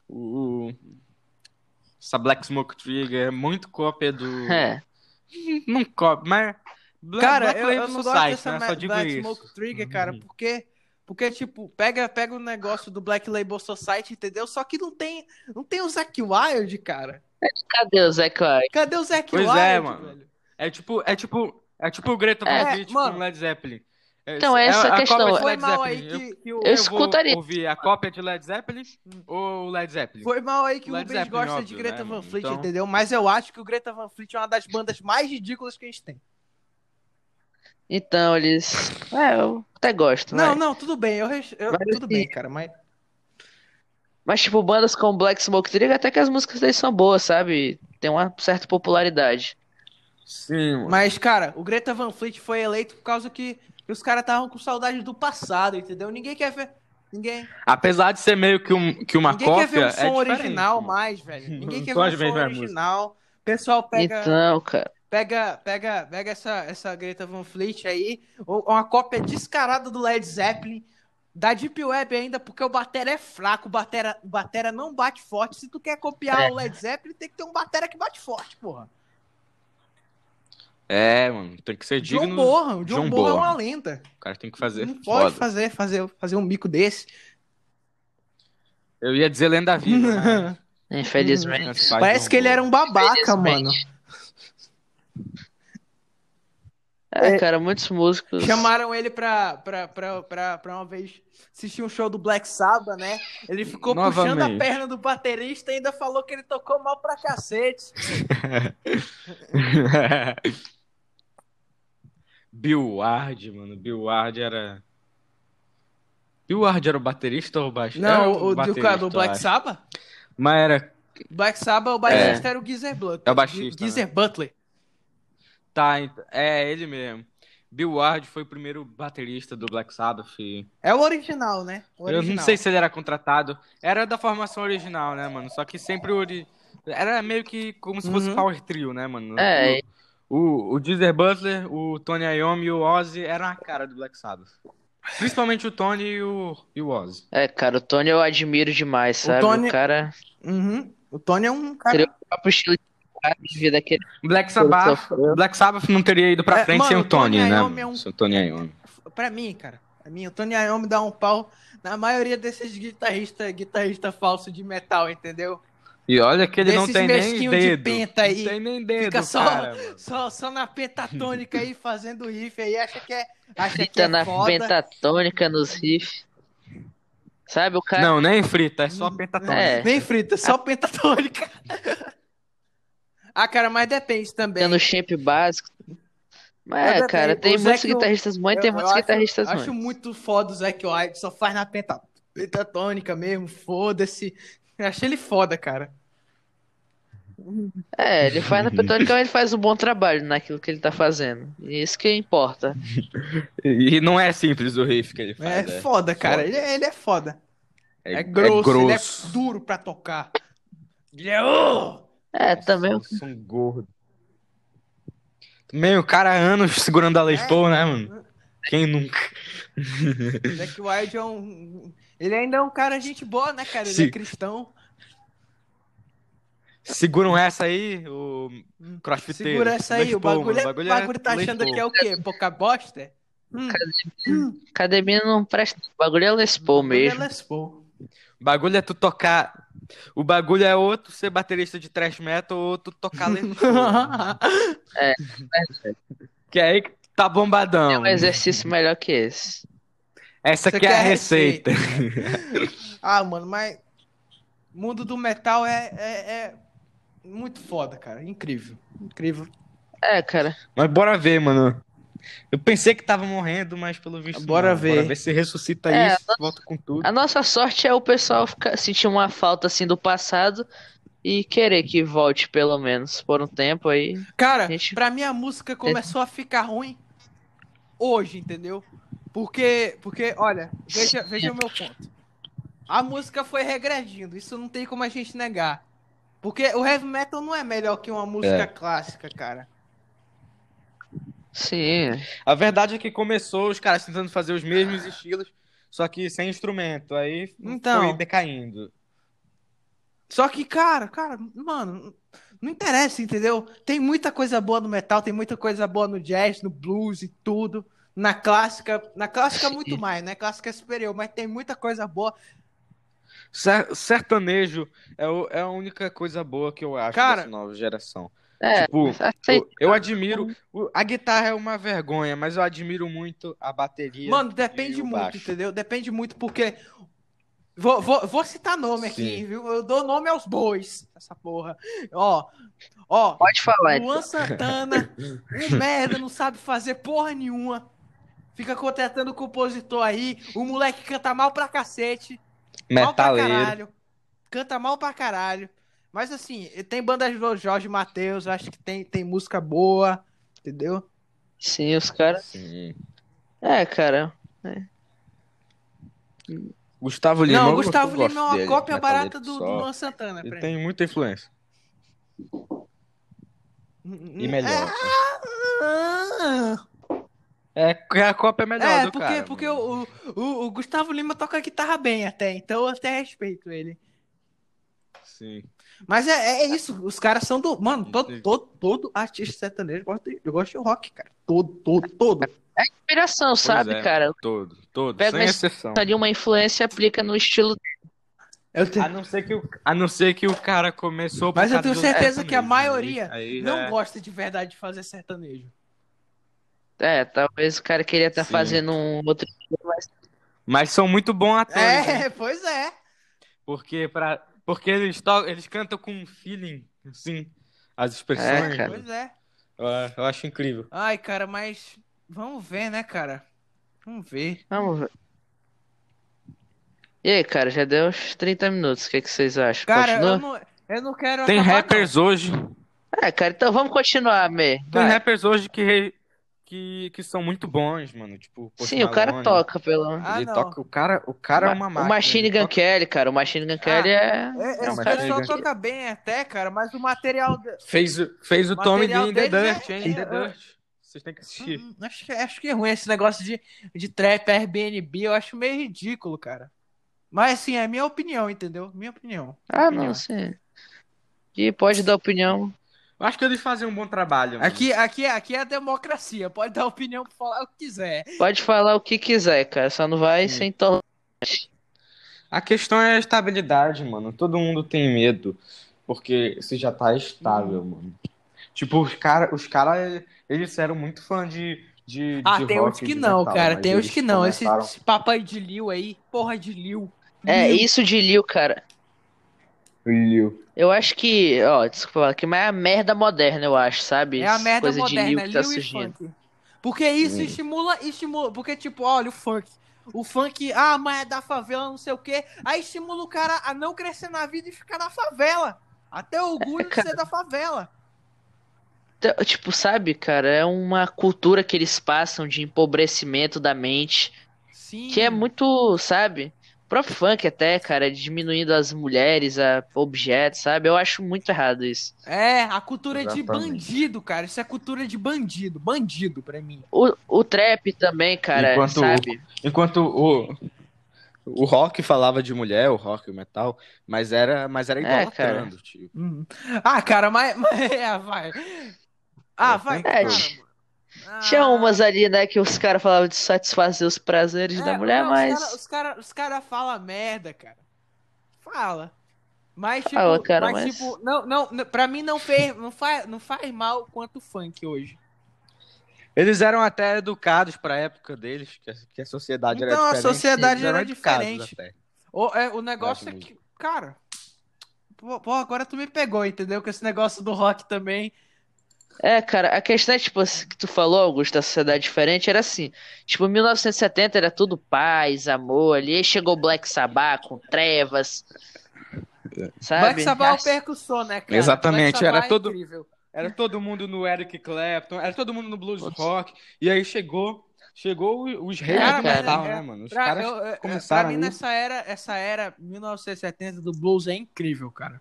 Speaker 2: O... Essa Black Smoke Trigger é muito cópia do.
Speaker 3: É.
Speaker 2: Não cópia, mas. Bla-
Speaker 1: Cara,
Speaker 2: Black
Speaker 1: eu,
Speaker 2: Label
Speaker 1: eu não gosto
Speaker 2: Society,
Speaker 1: dessa
Speaker 2: né?
Speaker 1: Ma-
Speaker 2: Só digo
Speaker 1: Black
Speaker 2: isso.
Speaker 1: Smoke Trigger, cara, porque porque tipo, pega pega o negócio do Black Label Society, entendeu? Só que não tem não tem o Zack Wild, cara.
Speaker 3: Cadê o Zé Clark?
Speaker 1: Cadê o Zack
Speaker 2: Pois
Speaker 1: Wild,
Speaker 2: é, mano.
Speaker 1: velho?
Speaker 2: É tipo, é tipo, é tipo o Greta Van
Speaker 1: É,
Speaker 2: Fleet
Speaker 1: mano.
Speaker 2: com Led Zeppelin.
Speaker 3: Então, é essa
Speaker 2: a
Speaker 3: a questão.
Speaker 2: cópia de
Speaker 1: Foi
Speaker 2: Led
Speaker 1: mal aí
Speaker 2: Zeppelin.
Speaker 1: que, que o,
Speaker 2: Eu
Speaker 3: escutaria.
Speaker 2: vou ouvir a cópia de Led Zeppelin ou Led Zeppelin?
Speaker 1: foi mal aí que o
Speaker 2: Led
Speaker 1: Rubens
Speaker 2: Zeppelin,
Speaker 1: gosta de
Speaker 2: óbvio,
Speaker 1: Greta
Speaker 2: né,
Speaker 1: Van Fleet,
Speaker 2: então.
Speaker 1: entendeu? Mas eu acho que o Greta Van Fleet é uma das bandas mais ridículas que a gente tem.
Speaker 3: Então, eles. É, eu até gosto, né?
Speaker 2: é.
Speaker 1: Não,
Speaker 3: vai.
Speaker 1: não, tudo bem, eu, res- eu-
Speaker 3: Vai
Speaker 1: tudo
Speaker 3: sim.
Speaker 1: bem, cara, mas
Speaker 3: Mas, tipo, bandas como Black Smoke Trigger, até que as músicas deles são boas, sabe? Tem uma certa popularidade.
Speaker 2: Sim, mano.
Speaker 1: Mas, cara, o Greta Van Fleet foi eleito por causa que os caras estavam com saudade do passado, entendeu? Ninguém quer ver. Ninguém,
Speaker 2: Apesar de ser meio que, um, que uma
Speaker 1: ninguém
Speaker 2: cópia,
Speaker 1: quer ver um
Speaker 2: é
Speaker 1: som
Speaker 2: diferente,
Speaker 1: original
Speaker 2: mano.
Speaker 1: mais, velho. Ninguém
Speaker 2: Não
Speaker 1: quer ver
Speaker 2: são
Speaker 1: um
Speaker 2: as
Speaker 1: som
Speaker 2: mesmas músicas.
Speaker 1: original. O pessoal pega,
Speaker 3: Então, cara.
Speaker 1: pega, pega, pega essa, essa Greta Van Fleet aí, ou- ou uma cópia descarada do Led Zeppelin, da Deep Web ainda, porque o batera é fraco, o batera, o batera não bate forte. Se tu quer copiar
Speaker 3: É.
Speaker 1: o Led Zeppelin, tem que ter um batera que bate forte, porra.
Speaker 2: É, mano, tem que ser digno.
Speaker 1: John Bonham, o John,
Speaker 2: John
Speaker 1: Bonham é
Speaker 2: Bonham.
Speaker 1: uma lenda.
Speaker 2: O cara tem que fazer.
Speaker 1: Não pode
Speaker 2: Foda.
Speaker 1: fazer, fazer, fazer um mico desse.
Speaker 2: Eu ia dizer lenda viva. mas-
Speaker 3: É, Infelizmente.
Speaker 2: Faz
Speaker 1: Parece
Speaker 2: John
Speaker 1: que ele
Speaker 2: Bonham.
Speaker 1: era um babaca, mano.
Speaker 3: Infelizmente. É, cara, muitos músicos.
Speaker 1: Chamaram ele pra, pra, pra, pra, pra uma vez assistir um show do Black Sabbath, né? Ele ficou puxando a
Speaker 2: Novamente.
Speaker 1: perna do baterista e ainda falou que ele tocou mal pra cacete. um-
Speaker 2: Bill Ward, mano. Bill Ward era. Bill Ward era o baterista ou o baixista? Era
Speaker 1: Não, o, do,
Speaker 2: É, baterista,
Speaker 1: cara do
Speaker 2: eu
Speaker 1: Black
Speaker 2: acho.
Speaker 1: Sabbath?
Speaker 2: Mas era.
Speaker 1: Black Sabbath, o baterista era o Geezer Butler.
Speaker 2: É o baixista,
Speaker 1: Geezer Butler.
Speaker 2: Tá, ent- é ele mesmo. Bill Ward foi o primeiro baterista do Black Sabbath. e-
Speaker 1: É o original, né? O
Speaker 2: Eu
Speaker 1: original.
Speaker 2: não sei se ele era contratado. Era da formação original, né, mano? Só que sempre o. ori- Era meio que como se fosse
Speaker 1: Uhum.
Speaker 2: Power Trio, né, mano?
Speaker 3: É.
Speaker 2: O, o Deezer Butler, o Tony Iommi e o Ozzy eram a cara do Black Sabbath. Principalmente o Tony e o, e o Ozzy.
Speaker 3: É, cara, o Tony eu admiro demais,
Speaker 1: O
Speaker 3: sabe? O
Speaker 1: Tony-
Speaker 3: cara
Speaker 1: Uhum. O Tony é um cara...
Speaker 3: criou o próprio estilo de vida que ele
Speaker 2: Black Sabbath,
Speaker 3: sofreu.
Speaker 2: Black Sabbath não teria ido pra
Speaker 1: É,
Speaker 2: frente
Speaker 1: mano,
Speaker 2: sem o
Speaker 1: o Tony
Speaker 2: Tony, né?
Speaker 1: Iommi
Speaker 2: mano?
Speaker 1: é um-
Speaker 2: Sem o Tony Iommi.
Speaker 1: Pra mim, cara, pra mim, o Tony Iommi dá um pau na maioria desses guitarristas guitarrista falso de metal, entendeu?
Speaker 2: E olha que ele não
Speaker 1: Desses
Speaker 2: tem nem
Speaker 1: mesquinhos de
Speaker 2: dedo.
Speaker 1: penta aí,
Speaker 2: não tem nem dedo,
Speaker 1: fica só-
Speaker 2: cara, mano.
Speaker 1: Só, só na pentatônica aí, fazendo riff aí, acha que é, acha que
Speaker 3: frita
Speaker 1: é
Speaker 3: na
Speaker 1: foda.
Speaker 3: pentatônica, nos riffs. Sabe, o cara.
Speaker 2: Não, nem frita, é só pentatônica.
Speaker 3: É.
Speaker 1: Nem frita, só pentatônica. ah, cara, mas depende também.
Speaker 3: Tendo shape básico.
Speaker 1: Mas
Speaker 3: Mas, é,
Speaker 1: depende.
Speaker 3: cara,
Speaker 1: O
Speaker 3: tem
Speaker 1: Zac
Speaker 3: muitos
Speaker 1: não-
Speaker 3: guitarristas bons e
Speaker 1: Eu-
Speaker 3: tem
Speaker 1: eu
Speaker 3: muitos
Speaker 1: acho-
Speaker 3: guitarristas
Speaker 1: Acho um
Speaker 3: ruins.
Speaker 1: muito foda o Zac White, só faz na penta- pentatônica mesmo, foda-se. Eu achei ele foda, cara.
Speaker 3: É, ele faz na pentatônica, mas ele faz um bom trabalho naquilo que ele tá fazendo. E isso que importa.
Speaker 2: E não é simples o riff que ele
Speaker 1: É
Speaker 2: faz. É,
Speaker 1: foda, cara.
Speaker 2: Foda.
Speaker 1: Ele, é- ele é foda.
Speaker 2: é,
Speaker 1: É,
Speaker 2: é
Speaker 1: grosso,
Speaker 2: grosso.
Speaker 1: ele é duro pra tocar. Ele é. "Oh!"
Speaker 3: É, também.
Speaker 2: Nossa, um som gordo. Meio cara há anos segurando a Les
Speaker 1: É.
Speaker 2: Paul, né, mano? Quem nunca?
Speaker 1: Zack Wilde é um. Ele ainda é um cara gente boa, né, cara? Ele é
Speaker 2: Sim.
Speaker 1: cristão.
Speaker 2: Seguram essa aí, o crossfiteiro.
Speaker 1: Segura essa aí,
Speaker 2: Les
Speaker 1: o
Speaker 2: Paul,
Speaker 1: bagulho, é-
Speaker 2: mano,
Speaker 1: o bagulho tá
Speaker 2: Les
Speaker 1: achando
Speaker 2: Paul.
Speaker 1: que é o quê? Boca bosta? Hum,
Speaker 3: Academia não presta. O bagulho é Les Paul mesmo.
Speaker 1: Ele é Les Paul.
Speaker 2: O bagulho é tu tocar... O bagulho é ou tu ser baterista de thrash metal ou tu tocar Les Paul. que aí que
Speaker 3: Tem
Speaker 2: tá
Speaker 1: É,
Speaker 2: bombadão.
Speaker 3: um exercício melhor que esse.
Speaker 2: Essa
Speaker 1: Isso
Speaker 2: aqui é a receita.
Speaker 1: ah, mano, mas. O mundo do metal é, é, é muito foda, cara. Incrível. Incrível.
Speaker 3: É, cara.
Speaker 2: Mas bora ver, mano. Eu pensei que tava morrendo, mas pelo visto
Speaker 1: Bora
Speaker 2: não.
Speaker 1: ver.
Speaker 2: Bora ver se ressuscita
Speaker 3: É,
Speaker 2: isso, volta com tudo.
Speaker 3: A nossa sorte é o pessoal ficar, sentir uma falta assim do passado e querer que volte pelo menos por um tempo aí.
Speaker 1: Cara,
Speaker 3: Gente-
Speaker 1: pra mim a música começou a ficar ruim hoje, entendeu? Porque, porque olha, veja, veja o meu ponto. A música foi regredindo, isso não tem como a gente negar. Porque o heavy metal não é melhor que uma música
Speaker 2: É.
Speaker 1: clássica, cara.
Speaker 3: Sim.
Speaker 2: A verdade é que começou os caras tentando fazer os mesmos estilos, só que sem instrumento. Aí
Speaker 1: Então.
Speaker 2: foi decaindo.
Speaker 1: Só que, cara, cara, mano, não interessa, entendeu? Tem muita coisa boa no metal, tem muita coisa boa no jazz, no blues e tudo. Na clássica, na clássica
Speaker 3: Sim.
Speaker 1: muito mais, né? Clássica é superior, mas tem muita coisa boa.
Speaker 2: Ser- Sertanejo é, o- é a única coisa boa que eu acho
Speaker 1: Cara,
Speaker 2: dessa nova geração.
Speaker 3: É,
Speaker 2: Tipo,
Speaker 3: aceito.
Speaker 2: eu, eu admiro. o- A guitarra é uma vergonha, mas eu admiro muito a bateria.
Speaker 1: Mano, depende
Speaker 2: o
Speaker 1: muito,
Speaker 2: baixo.
Speaker 1: entendeu? Depende muito, porque. Vou, vou, vou citar nome aqui,
Speaker 2: Sim.
Speaker 1: viu? Eu dou nome aos bois, essa porra. Ó, ó,
Speaker 3: Pode falar.
Speaker 1: Luan Santana, um merda, não sabe fazer porra nenhuma. Fica contratando compositor aí. O moleque canta mal pra cacete. Mal pra
Speaker 2: Metaleiro.
Speaker 1: caralho. Canta mal pra caralho. Mas assim, tem banda do Jorge Matheus, acho que tem, tem música boa, entendeu?
Speaker 3: Sim, os caras.
Speaker 2: Sim.
Speaker 3: É, cara.
Speaker 2: Gustavo Lima.
Speaker 1: Não,
Speaker 2: eu
Speaker 1: Gustavo
Speaker 2: gosto- eu
Speaker 1: Lima é
Speaker 2: gosto
Speaker 1: uma
Speaker 2: dele,
Speaker 1: cópia
Speaker 2: metaleiro
Speaker 1: barata do, do
Speaker 2: só.
Speaker 1: Luan Santana. pra
Speaker 2: Ele
Speaker 1: mim.
Speaker 2: tem muita influência.
Speaker 1: É.
Speaker 2: E melhor.
Speaker 1: Ah,
Speaker 2: É, é a cópia
Speaker 1: É,
Speaker 2: melhor do
Speaker 1: porque,
Speaker 2: cara.
Speaker 1: porque
Speaker 2: mano.
Speaker 1: o, o, o Gustavo Lima toca guitarra bem até, então eu até respeito ele.
Speaker 2: Sim.
Speaker 1: Mas é, é isso, os caras são do. Mano, todo,
Speaker 2: Entendi.
Speaker 1: todo, todo artista sertanejo gosta de, gosta de rock, cara. Todo, todo, todo.
Speaker 3: Inspiração, sabe,
Speaker 2: é.
Speaker 3: cara?
Speaker 2: Todo, todo,
Speaker 3: Pega tá
Speaker 2: sem
Speaker 3: esse-
Speaker 2: exceção.
Speaker 3: Ali uma influência e aplica no estilo.
Speaker 1: Eu te-
Speaker 2: A não ser que o, a não ser que o cara começou por
Speaker 1: Mas eu
Speaker 2: causa
Speaker 1: tenho
Speaker 2: do
Speaker 1: certeza
Speaker 2: sertanejo,
Speaker 1: que a maioria
Speaker 2: aí, é. aí
Speaker 1: Não
Speaker 2: já-
Speaker 1: gosta de verdade de fazer sertanejo.
Speaker 3: É, talvez o cara queria estar
Speaker 2: Sim.
Speaker 3: fazendo um outro estilo, mas
Speaker 2: Mas são muito bons atores, né?
Speaker 1: É, pois é.
Speaker 2: porque para porque eles to... eles cantam com um feeling, assim, as expressões.
Speaker 3: É, cara.
Speaker 1: Pois é.
Speaker 2: Eu, eu acho incrível.
Speaker 1: Ai, cara, mas vamos ver, né, cara? Vamos ver.
Speaker 3: vamos ver. E aí, cara, já deu uns 30 minutos. O que, é que vocês acham?
Speaker 1: Cara,
Speaker 3: Continua?
Speaker 1: eu não, eu não quero
Speaker 2: Tem
Speaker 1: acabar,
Speaker 2: rappers hoje,
Speaker 3: É, cara, então vamos continuar, Mê.
Speaker 2: tem
Speaker 3: Vai.
Speaker 2: rappers hoje que re- que que são muito bons, mano, tipo Post
Speaker 3: Sim, o cara
Speaker 2: Malone.
Speaker 3: toca, pelo menos.
Speaker 1: Ah,
Speaker 2: Ele
Speaker 1: não.
Speaker 2: toca, o cara, o cara é
Speaker 3: Ma-
Speaker 2: uma
Speaker 3: O
Speaker 2: máquina.
Speaker 3: Machine
Speaker 2: ele
Speaker 3: Gun
Speaker 2: toca- Ah.
Speaker 3: Kelly, cara. O Machine Gun Kelly é.
Speaker 1: É,
Speaker 2: Não,
Speaker 1: esse
Speaker 2: mas
Speaker 1: pessoal
Speaker 2: chega, chega.
Speaker 1: toca bem até, cara, mas o material. de-
Speaker 2: Fez o- fez o Tommy
Speaker 1: material
Speaker 2: Lee in The
Speaker 1: deles é-
Speaker 2: Dirt, hein, In The Dirt. Vocês têm que assistir.
Speaker 1: Hum, Acho que, acho que é ruim esse negócio de, de trap, Airbnb, eu acho meio ridículo, cara. Mas assim, é minha opinião, entendeu? Minha opinião.
Speaker 3: Ah,
Speaker 1: Minha
Speaker 3: não,
Speaker 1: opinião.
Speaker 3: sim. E pode dar opinião.
Speaker 2: Eu acho que eles fazem um bom trabalho, mano.
Speaker 1: Aqui, aqui, aqui é a democracia, pode dar opinião pra falar o que quiser.
Speaker 3: Pode falar o que quiser, cara. Só não vai
Speaker 2: Sim.
Speaker 3: sem tolar.
Speaker 2: A questão é a estabilidade, mano. Todo mundo tem medo, porque você já tá estável, mano. Tipo, os caras, os cara, eles eram muito fã de, de,
Speaker 1: Ah,
Speaker 2: de
Speaker 1: tem
Speaker 2: rock,
Speaker 1: uns que
Speaker 2: de
Speaker 1: não,
Speaker 2: metal,
Speaker 1: cara,
Speaker 2: mas
Speaker 1: tem uns
Speaker 2: eles
Speaker 1: que não. Esse,
Speaker 2: começaram-
Speaker 1: esse papo aí de Liu aí, porra de Liu.
Speaker 3: É,
Speaker 1: Liu.
Speaker 3: isso de Liu, cara.
Speaker 2: Liu.
Speaker 3: Eu acho que, ó, desculpa falar aqui, mas é a merda moderna, eu acho, sabe?
Speaker 1: É a merda
Speaker 3: Coisa de Liu
Speaker 1: moderna,
Speaker 3: que
Speaker 1: Liu
Speaker 3: tá
Speaker 1: e
Speaker 3: surgindo.
Speaker 1: funk. Porque isso
Speaker 2: Hum.
Speaker 1: estimula, estimula. Porque, tipo, olha o funk. O funk, ah, mas é da favela, não sei o quê. Aí estimula o cara a não crescer na vida e ficar na favela. Até o orgulho de
Speaker 3: cara.
Speaker 1: ser da favela.
Speaker 3: Então, Tipo, sabe, cara, é uma cultura que eles passam de empobrecimento da mente,
Speaker 1: Sim.
Speaker 3: que é muito, sabe? Pro funk até, cara, diminuindo as mulheres, a objetos, sabe? Eu acho muito errado isso.
Speaker 1: É, a cultura de
Speaker 2: Exatamente.
Speaker 1: bandido, cara. Isso é cultura de bandido. Bandido, pra mim.
Speaker 3: O, o trap também, cara,
Speaker 2: Enquanto o-
Speaker 3: sabe?
Speaker 2: Enquanto o, o rock falava de mulher, o rock, o metal, mas era, mas era
Speaker 3: É,
Speaker 2: idolatrando, tipo.
Speaker 1: Hum. Ah, cara, mas. mas é, vai. Ah, vai.
Speaker 2: É,
Speaker 1: cara.
Speaker 3: tinha-
Speaker 1: Ah.
Speaker 3: Tinha umas ali, né, que os caras falavam de satisfazer os prazeres da
Speaker 1: É,
Speaker 3: mulher,
Speaker 1: não,
Speaker 3: mas.
Speaker 1: Os caras os cara, falam merda, cara. Fala. Mas, tipo,
Speaker 3: Fala, cara,
Speaker 1: mas,
Speaker 3: mas-
Speaker 1: tipo não, não, não- pra mim não, fez, não, faz, não faz mal quanto o funk hoje.
Speaker 2: Eles eram até educados pra época deles, que a, que a sociedade era
Speaker 1: Então, a
Speaker 2: diferente.
Speaker 1: sociedade
Speaker 2: Eles eram
Speaker 1: era
Speaker 2: educados
Speaker 1: diferente.
Speaker 2: até.
Speaker 1: O, é, o negócio é
Speaker 2: Ótimo.
Speaker 1: que, cara. Pô, pô, agora tu me pegou, entendeu? Com esse negócio do rock também.
Speaker 3: É, cara, a questão é, tipo, assim, que tu falou, Augusto, da sociedade diferente, era assim. Tipo, 1970 era tudo paz, amor ali. Aí chegou o Black Sabbath com trevas.
Speaker 2: É.
Speaker 3: Sabe?
Speaker 1: Black Sabbath eu
Speaker 3: Ah,
Speaker 1: perco o som, né, cara? Black
Speaker 2: Exatamente,
Speaker 1: Sabbath
Speaker 2: era
Speaker 1: é
Speaker 2: todo-
Speaker 1: incrível.
Speaker 2: Era todo mundo no Eric Clapton, era todo mundo no blues
Speaker 3: Nossa.
Speaker 2: rock. E aí chegou, chegou os reis
Speaker 1: Cara,
Speaker 2: do
Speaker 3: mas
Speaker 2: metal,
Speaker 1: é-
Speaker 2: né, mano? Os
Speaker 1: Pra,
Speaker 2: caras
Speaker 1: eu- eu-
Speaker 2: começaram
Speaker 1: pra mim,
Speaker 2: ali.
Speaker 1: nessa era, essa era 1970 do blues é incrível, cara.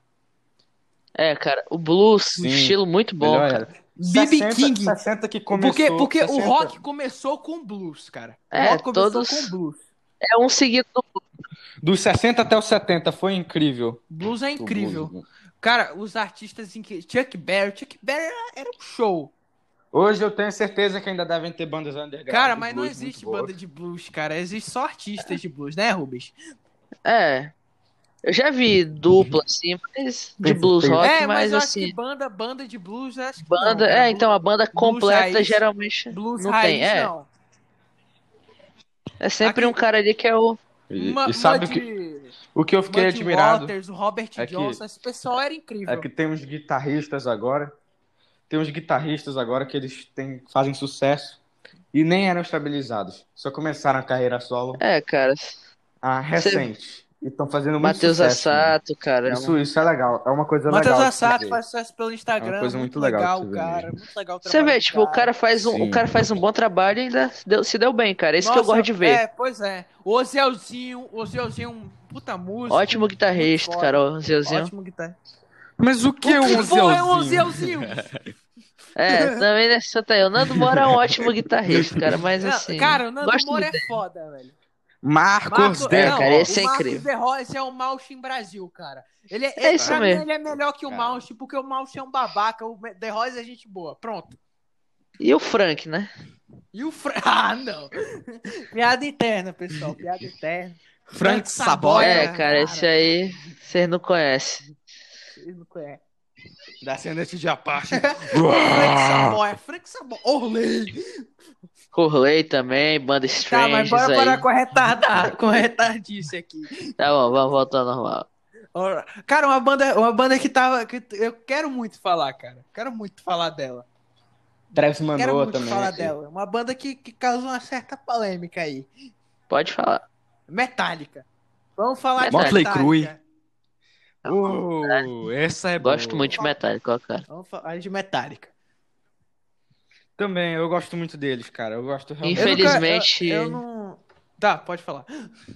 Speaker 3: É, cara, o blues, um
Speaker 2: Sim,
Speaker 3: estilo muito bom,
Speaker 2: melhor
Speaker 3: cara.
Speaker 2: era.
Speaker 1: BB
Speaker 2: 60,
Speaker 1: King.
Speaker 2: 60 que começou,
Speaker 1: porque porque o
Speaker 2: 60.
Speaker 1: rock começou com blues, cara. O
Speaker 3: É,
Speaker 1: rock começou
Speaker 3: todos-
Speaker 1: com blues.
Speaker 3: É um seguido do
Speaker 2: Dos 60 até os 70 foi incrível.
Speaker 1: Blues é
Speaker 2: O
Speaker 1: incrível.
Speaker 2: blues, mano.
Speaker 1: Cara, os artistas incríveis. Chuck Berry. Chuck Berry era, era um show.
Speaker 2: Hoje eu tenho certeza que ainda devem ter bandas underground.
Speaker 1: Cara,
Speaker 2: de
Speaker 1: mas não
Speaker 2: blues muito
Speaker 1: existe
Speaker 2: boas.
Speaker 1: banda de blues, cara. Existe só artistas de blues, né, Rubens?
Speaker 3: É. Eu já vi
Speaker 2: Uhum.
Speaker 3: dupla, assim, mas de blues rock,
Speaker 1: é, mas,
Speaker 3: mas
Speaker 1: eu
Speaker 3: assim,
Speaker 1: acho que banda, banda de blues, eu acho que
Speaker 3: banda.
Speaker 1: não,
Speaker 3: É,
Speaker 1: cara.
Speaker 3: então a banda completa
Speaker 1: raiz.
Speaker 3: geralmente
Speaker 1: Blues
Speaker 3: não
Speaker 1: raiz,
Speaker 3: tem. É,
Speaker 1: não.
Speaker 3: é sempre
Speaker 1: Aqui-
Speaker 3: um cara ali que é o.
Speaker 1: E,
Speaker 2: E, e sabe o que, o que eu fiquei
Speaker 1: Muddy
Speaker 2: admirado?
Speaker 1: Waters, o Robert
Speaker 2: é que-
Speaker 1: Johnson, esse pessoal era incrível.
Speaker 2: É que tem uns guitarristas agora. Tem uns guitarristas agora que eles têm, fazem sucesso e nem eram estabilizados. Só começaram a carreira solo
Speaker 3: É, cara.
Speaker 2: ah, recente. E estão fazendo muito
Speaker 3: Matheus
Speaker 2: sucesso. né?
Speaker 3: Assato, cara. é um-
Speaker 2: Isso, isso é legal. É uma coisa
Speaker 1: Matheus
Speaker 2: legal. de se
Speaker 1: Assato
Speaker 2: ver.
Speaker 1: faz sucesso pelo Instagram.
Speaker 2: É uma coisa muito legal de se ver
Speaker 1: cara.
Speaker 2: mesmo.
Speaker 1: Muito legal o
Speaker 3: Você
Speaker 1: trabalho
Speaker 3: vê,
Speaker 1: do
Speaker 3: tipo, o cara faz um,
Speaker 2: Sim.
Speaker 3: o cara faz um bom trabalho e ainda se deu, se deu bem, cara. Esse que eu
Speaker 1: Nossa,
Speaker 3: gosto de ver.
Speaker 1: É, pois é. O Zelzinho, o Zelzinho, um puta músico.
Speaker 3: Ótimo guitarrista,
Speaker 1: foda.
Speaker 3: cara, o Zeuzinho.
Speaker 1: Ótimo guitarra.
Speaker 2: Mas o que é um
Speaker 1: porra é o
Speaker 2: Zeuzinho?
Speaker 1: Zelzinho?
Speaker 3: É, também né, Santa aí. O Nando Moura é um ótimo guitarrista, cara, mas
Speaker 1: Não,
Speaker 3: assim.
Speaker 1: cara, o Nando
Speaker 3: gosto
Speaker 1: Moura
Speaker 3: muito
Speaker 1: é foda, velho.
Speaker 2: Marcos
Speaker 1: Marco-
Speaker 2: Deco.
Speaker 1: não,
Speaker 3: cara, esse é
Speaker 1: o Marcos
Speaker 3: incrível.
Speaker 1: Verroes é o Malchin Brasil, cara. Ele é,
Speaker 3: É isso
Speaker 1: pra mim,
Speaker 3: mesmo.
Speaker 1: ele é melhor que o
Speaker 2: Cara.
Speaker 1: Malchin, porque o Malchin é um babaca, o The Royce é gente boa. Pronto.
Speaker 3: E o Frank, né?
Speaker 1: E o Fra... Ah, não. piada interna, pessoal, piada interna.
Speaker 2: Frank
Speaker 1: Saboia.
Speaker 2: Saboia.
Speaker 1: Olha,
Speaker 3: é, cara,
Speaker 1: cara.
Speaker 3: esse aí vocês não conhecem.
Speaker 1: Vocês não conhecem. É.
Speaker 2: Descendente de Apache.
Speaker 1: Frank Saboia, Frank Saboia, Orley.
Speaker 3: Corley também, Banda
Speaker 1: Tá,
Speaker 3: Strange
Speaker 1: mas bora
Speaker 3: aí.
Speaker 1: parar com a retardada, com a retardice aqui.
Speaker 3: Tá bom, vamos voltar ao normal.
Speaker 1: Ora, Cara, uma banda, uma banda que tava. Que eu quero muito falar, cara. Quero muito falar dela.
Speaker 2: Travis
Speaker 1: Quero
Speaker 2: Manoa
Speaker 1: muito
Speaker 2: também.
Speaker 1: falar dela. Uma banda que, que causou uma certa polêmica aí.
Speaker 3: Pode falar.
Speaker 1: Metallica. Vamos falar
Speaker 3: Motley
Speaker 1: de Metallica.
Speaker 2: Crue. Uh, essa é
Speaker 3: Gosto
Speaker 2: boa.
Speaker 3: muito de Metallica, ó, cara.
Speaker 1: Vamos falar de Metallica.
Speaker 2: Também, eu gosto muito deles, cara. Eu gosto realmente.
Speaker 1: Eu nunca-
Speaker 3: Infelizmente-
Speaker 1: Eu, eu não. Tá, pode falar.